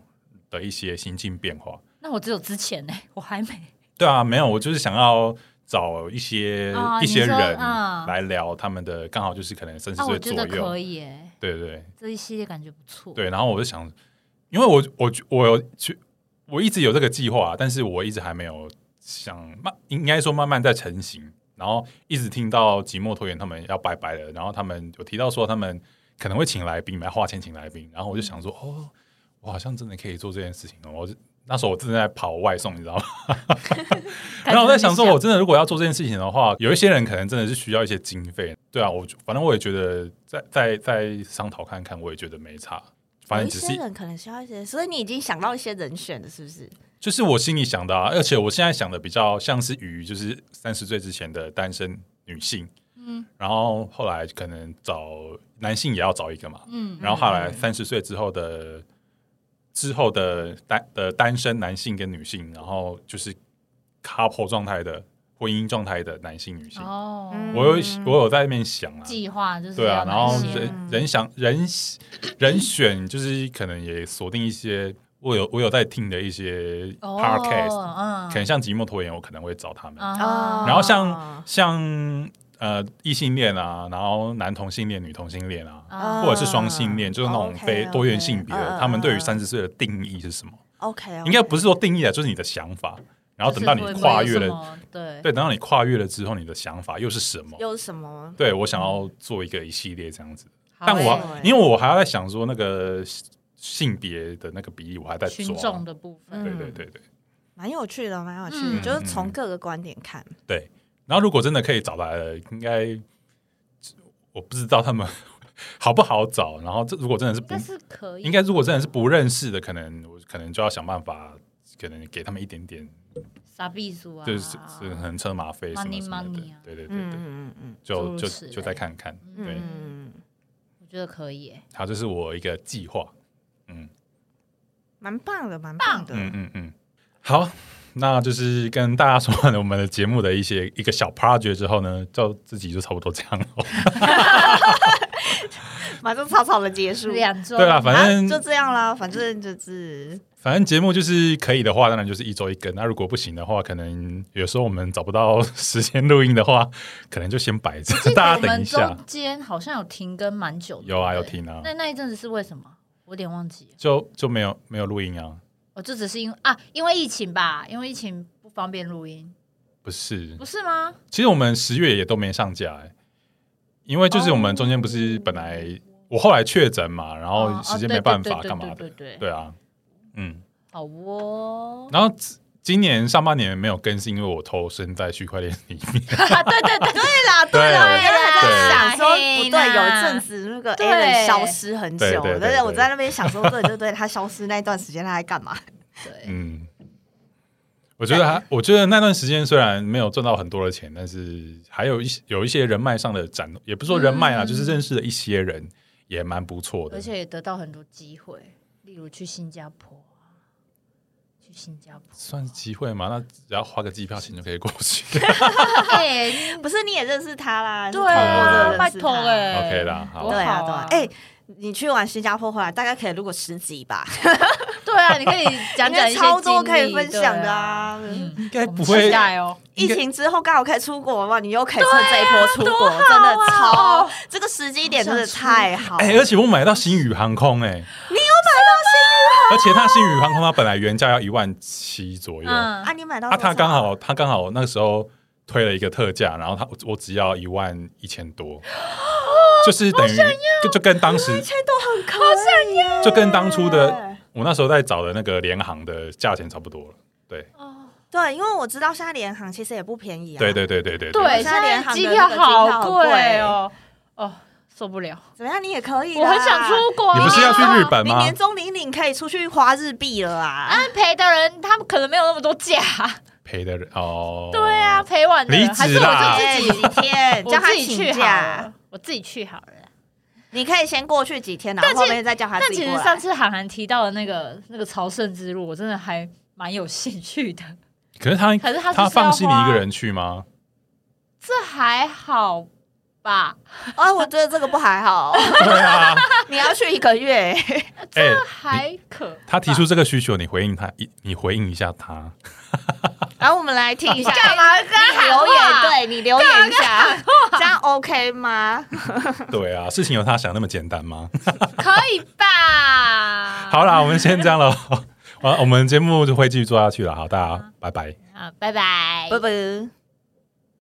[SPEAKER 4] 的一些心境变化。
[SPEAKER 2] 那我只有之前呢、 我还没。
[SPEAKER 4] 对啊，没有，我就是想要找一些、
[SPEAKER 2] 哦
[SPEAKER 4] 一些
[SPEAKER 2] 你说
[SPEAKER 4] 人
[SPEAKER 2] 嗯
[SPEAKER 4] 来聊他们的，刚好就是可能三十
[SPEAKER 2] 啊，我
[SPEAKER 4] 岁
[SPEAKER 2] 觉
[SPEAKER 4] 左
[SPEAKER 2] 得
[SPEAKER 4] 右，
[SPEAKER 2] 可以耶、
[SPEAKER 4] 对对
[SPEAKER 2] 这一系列感觉不错。，
[SPEAKER 4] 对。然后我就想，因为我我我有去，我一直有这个计划，啊但是我一直还没有想慢，应该说慢慢在成型。然后一直听到寂寞拖延他们要拜拜了，然后他们有提到说他们可能会请来宾，来花钱请来宾。然后我就想说，哦，我好像真的可以做这件事情哦。我就那时候我正在跑外送，你知道吗？ 然后我在想说，我真的如果要做这件事情的话，有一些人可能真的是需要一些经费。对啊，我就反正我也觉得再再再商讨看看，我也觉得没差。反
[SPEAKER 1] 有
[SPEAKER 4] 正
[SPEAKER 1] 一
[SPEAKER 4] 只
[SPEAKER 2] 哦
[SPEAKER 1] 些
[SPEAKER 4] 是
[SPEAKER 1] 人可能需要一些，所以你已经想到一些人选了，是不是？
[SPEAKER 4] 就是我心里想的、啊，而且我现在想的比较像是于就是三十岁之前的单身女性，
[SPEAKER 2] 嗯
[SPEAKER 4] 然后后来可能找男性也要找一个嘛，
[SPEAKER 2] 嗯，
[SPEAKER 4] 然后后来三十岁之后的之后的单的单身男性跟女性，然后就是 couple 状态的婚姻状态的男性女性，
[SPEAKER 2] 哦，
[SPEAKER 1] 嗯
[SPEAKER 4] 我有我有在那边想啊，
[SPEAKER 2] 计划就是
[SPEAKER 4] 对啊
[SPEAKER 2] 要，
[SPEAKER 4] 然后
[SPEAKER 2] 哪些
[SPEAKER 4] 人人想人 人选就是可能也锁定一些我有我有在听的一些 podcast，、
[SPEAKER 2] 哦、嗯，
[SPEAKER 4] 可能像寂寞拖延，我可能会找他们。
[SPEAKER 1] 哦
[SPEAKER 2] 啊
[SPEAKER 4] 然后像像呃异性恋啊，然后男同性恋、女同性恋啊，
[SPEAKER 2] 啊
[SPEAKER 4] 或者是双性恋，就是那种
[SPEAKER 2] 哦
[SPEAKER 4] 非多元性别
[SPEAKER 2] 嗯
[SPEAKER 4] 的，他们对于三
[SPEAKER 1] 十
[SPEAKER 4] 十岁的定义是什么？
[SPEAKER 1] OK，哦
[SPEAKER 4] 应该不是说定义啊，就是你的想法。然后等到你跨越
[SPEAKER 2] 就是会不
[SPEAKER 4] 了，
[SPEAKER 2] 会有什么，对
[SPEAKER 4] 对，等到你跨越了之后，你的想法又是什么？
[SPEAKER 1] 有什么？
[SPEAKER 4] 对我想要做一个一系列这样子。
[SPEAKER 2] 好
[SPEAKER 4] 但我
[SPEAKER 2] 欸
[SPEAKER 1] 欸
[SPEAKER 4] 因为我还要在想说那个性别的那个比例，我还在
[SPEAKER 2] 群
[SPEAKER 4] 抓
[SPEAKER 2] 众。的嗯部分，
[SPEAKER 4] 对对对对。
[SPEAKER 1] 蛮有趣的，蛮有趣的，
[SPEAKER 2] 嗯
[SPEAKER 1] 就是从各个观点看。
[SPEAKER 4] 然后如果真的可以找来了，应该我不知道他们 好不好找。然后这如果真的是
[SPEAKER 2] 应
[SPEAKER 4] 不
[SPEAKER 2] 该，是可以，
[SPEAKER 4] 应该如果真的是不认识的，可能我可能就要想办法，可能给他们一点点，
[SPEAKER 2] 傻逼族啊，
[SPEAKER 4] 就是是可能车马费什么
[SPEAKER 2] Money,
[SPEAKER 4] 什么的
[SPEAKER 2] money 啊。
[SPEAKER 4] 对对对对，
[SPEAKER 1] 嗯嗯嗯
[SPEAKER 4] 就
[SPEAKER 2] 诸
[SPEAKER 4] 就
[SPEAKER 2] 如此类
[SPEAKER 4] 就再看看。
[SPEAKER 1] 嗯
[SPEAKER 4] 对，
[SPEAKER 1] 嗯，
[SPEAKER 2] 我觉得可以欸，
[SPEAKER 4] 好，这是我一个计划。
[SPEAKER 1] 蛮棒的，蛮棒的。
[SPEAKER 4] 嗯嗯嗯，好，那就是跟大家说完了我们的节目的一些一个小 project 之后呢，就自己就差不多这样 了。
[SPEAKER 1] 马上草草的结束。
[SPEAKER 2] 两周
[SPEAKER 4] 对啦，反正、
[SPEAKER 1] 啊就这样啦，反正就是
[SPEAKER 4] 反正节目就是可以的话，当然就是一周一更。那如果不行的话，可能有时候我们找不到时间录音的话，可能就先摆着， 大家
[SPEAKER 2] 我
[SPEAKER 4] 等一
[SPEAKER 2] 们
[SPEAKER 4] 下
[SPEAKER 2] 中。间好像有停更蛮久的，
[SPEAKER 4] 有啊，
[SPEAKER 2] 对
[SPEAKER 4] 有
[SPEAKER 2] 不对。
[SPEAKER 4] 听啊，
[SPEAKER 2] 那那一阵子是为什么？我有点忘记了，
[SPEAKER 4] 就就没有没有录音啊，
[SPEAKER 2] 我就只是因为啊，因为疫情吧，因为疫情不方便录音，
[SPEAKER 4] 不是
[SPEAKER 2] 不？是吗？
[SPEAKER 4] 其实我们十月也都没上架、欸，因为
[SPEAKER 2] 哦
[SPEAKER 4] 就是我们中间不是本来我后来确诊嘛，然后
[SPEAKER 2] 哦
[SPEAKER 4] 时
[SPEAKER 2] 哦
[SPEAKER 4] 间没
[SPEAKER 2] 对
[SPEAKER 4] 办
[SPEAKER 2] 对
[SPEAKER 4] 法
[SPEAKER 2] 对
[SPEAKER 4] 干嘛的，
[SPEAKER 2] 对对对对，
[SPEAKER 4] 对啊，嗯，
[SPEAKER 2] 好哦，
[SPEAKER 4] 然后今今年上半年没有更新，因为我投身在区块链里面。
[SPEAKER 2] 啊对对对对啦，
[SPEAKER 4] 对
[SPEAKER 1] 我
[SPEAKER 2] 啦，
[SPEAKER 1] 原来还在想说
[SPEAKER 2] 嘿
[SPEAKER 1] 不对，有一
[SPEAKER 2] 啦
[SPEAKER 1] 阵子那个
[SPEAKER 2] 对
[SPEAKER 1] a l 消失很
[SPEAKER 4] 对
[SPEAKER 1] 久，
[SPEAKER 4] 对对
[SPEAKER 1] 但是我
[SPEAKER 4] 对
[SPEAKER 1] 在那边想说，对对对，他消失那一段时间他在干嘛？
[SPEAKER 2] 对，
[SPEAKER 4] 嗯，我觉得还，我觉得那段时间虽然没有赚到很多的钱，但是还有一些有一些人脉上的展，也不是说人脉啊，
[SPEAKER 2] 嗯
[SPEAKER 4] 就是认识了一些人，也蛮不错的
[SPEAKER 2] 而。且也得到很多机会，例如去新加坡啊，去新加坡
[SPEAKER 4] 算是机会嘛？那只要花个机票钱就可以过去
[SPEAKER 2] 对
[SPEAKER 1] 不是你也认识他啦？
[SPEAKER 2] 对
[SPEAKER 1] 啊
[SPEAKER 2] 啊，，
[SPEAKER 4] 是
[SPEAKER 2] 拜托
[SPEAKER 1] 哎，
[SPEAKER 2] 哎
[SPEAKER 4] OK 啦好
[SPEAKER 2] 多
[SPEAKER 1] 对啊，对
[SPEAKER 2] 啊
[SPEAKER 1] 啊，，哎、你去完新加坡回来，大概可以录个十集吧，
[SPEAKER 2] 对啊，你可以讲讲 一
[SPEAKER 1] 应该
[SPEAKER 2] 些
[SPEAKER 1] 超多
[SPEAKER 2] 经历
[SPEAKER 1] 可以分享的啊
[SPEAKER 2] 对嗯
[SPEAKER 4] 应该
[SPEAKER 2] 我
[SPEAKER 4] 不
[SPEAKER 2] 们
[SPEAKER 4] 会
[SPEAKER 2] 期待哦，
[SPEAKER 1] 疫情之后刚好可以出国嘛，你又可以趁这一波出国，哦
[SPEAKER 2] 啊
[SPEAKER 1] 真的超、这个时机点真的太好。
[SPEAKER 4] 哎、而且我买到星宇航空哎、你有买到星宇航空？而且它星宇航空它本来原价要一万七左右，
[SPEAKER 2] 嗯
[SPEAKER 1] 啊，，你买到
[SPEAKER 4] 啊，
[SPEAKER 1] 多少
[SPEAKER 4] 它刚好它刚好那个时候推了一个特价，然后它我只要一万一千 多，就是等于就就跟当时
[SPEAKER 1] 现在都很可以耶，
[SPEAKER 4] 就跟当初的我那时候在找的那个联航的价钱差不多了。对
[SPEAKER 1] 对，因为我知道现在联航其实也不便宜啊。
[SPEAKER 4] 对，对对对对
[SPEAKER 2] 对，
[SPEAKER 1] 现
[SPEAKER 2] 现
[SPEAKER 1] 在联
[SPEAKER 2] 在
[SPEAKER 1] 航
[SPEAKER 2] 机
[SPEAKER 1] 的
[SPEAKER 2] 票
[SPEAKER 1] 那个机票
[SPEAKER 2] 好
[SPEAKER 1] 好
[SPEAKER 2] 贵
[SPEAKER 1] 贵
[SPEAKER 2] 哦，哦，受不了，
[SPEAKER 1] 怎么样你也可以啦，
[SPEAKER 2] 我很想出国啊，
[SPEAKER 4] 你不是要去日本
[SPEAKER 1] 明
[SPEAKER 4] 吗
[SPEAKER 1] 年？中领领可以出去花日币了啊！
[SPEAKER 2] 安培的人，他们可能没有那么多假。
[SPEAKER 4] 赔的人哦，
[SPEAKER 2] 对啊，，陪玩的
[SPEAKER 4] 离
[SPEAKER 2] 人
[SPEAKER 4] 职
[SPEAKER 2] 还是我就
[SPEAKER 4] 啦
[SPEAKER 1] 啊
[SPEAKER 2] 自己，
[SPEAKER 1] 哎几天，
[SPEAKER 2] 我
[SPEAKER 1] 叫他
[SPEAKER 2] 自己去
[SPEAKER 1] 请
[SPEAKER 2] 好了
[SPEAKER 1] 假，，
[SPEAKER 2] 我自己去好了啦。
[SPEAKER 1] 你可以先过去几天，然后
[SPEAKER 2] 但其
[SPEAKER 1] 后面再叫他
[SPEAKER 2] 但
[SPEAKER 1] 自
[SPEAKER 2] 其
[SPEAKER 1] 己
[SPEAKER 2] 实
[SPEAKER 1] 过
[SPEAKER 2] 上
[SPEAKER 1] 来。
[SPEAKER 2] 次韩寒提到的那个那个朝圣之路，我真的还蛮有兴趣的。
[SPEAKER 4] 可是他
[SPEAKER 2] 可是他
[SPEAKER 4] 他
[SPEAKER 2] 就是要
[SPEAKER 4] 放心你
[SPEAKER 2] 花
[SPEAKER 4] 一个人去吗？
[SPEAKER 2] 这还好吧？
[SPEAKER 1] 啊，我觉得这个不还 好，
[SPEAKER 4] 对啊，
[SPEAKER 1] 你要去一个月，
[SPEAKER 4] 哎、
[SPEAKER 2] 还可。
[SPEAKER 4] 他提出这个需求，你回应 他，一你回应一下他。
[SPEAKER 1] 然后我们来听一下，
[SPEAKER 2] 干嘛这样
[SPEAKER 1] 你留言，
[SPEAKER 2] 喊话
[SPEAKER 1] 对你留言一下，这样 OK 吗？
[SPEAKER 4] 对啊，事情有他想那么简单吗？
[SPEAKER 2] 可以吧？
[SPEAKER 4] 好啦，我们先这样了。好，我们节目就会继续做下去了。好，大家拜拜。
[SPEAKER 2] 啊，拜拜，
[SPEAKER 1] 不不。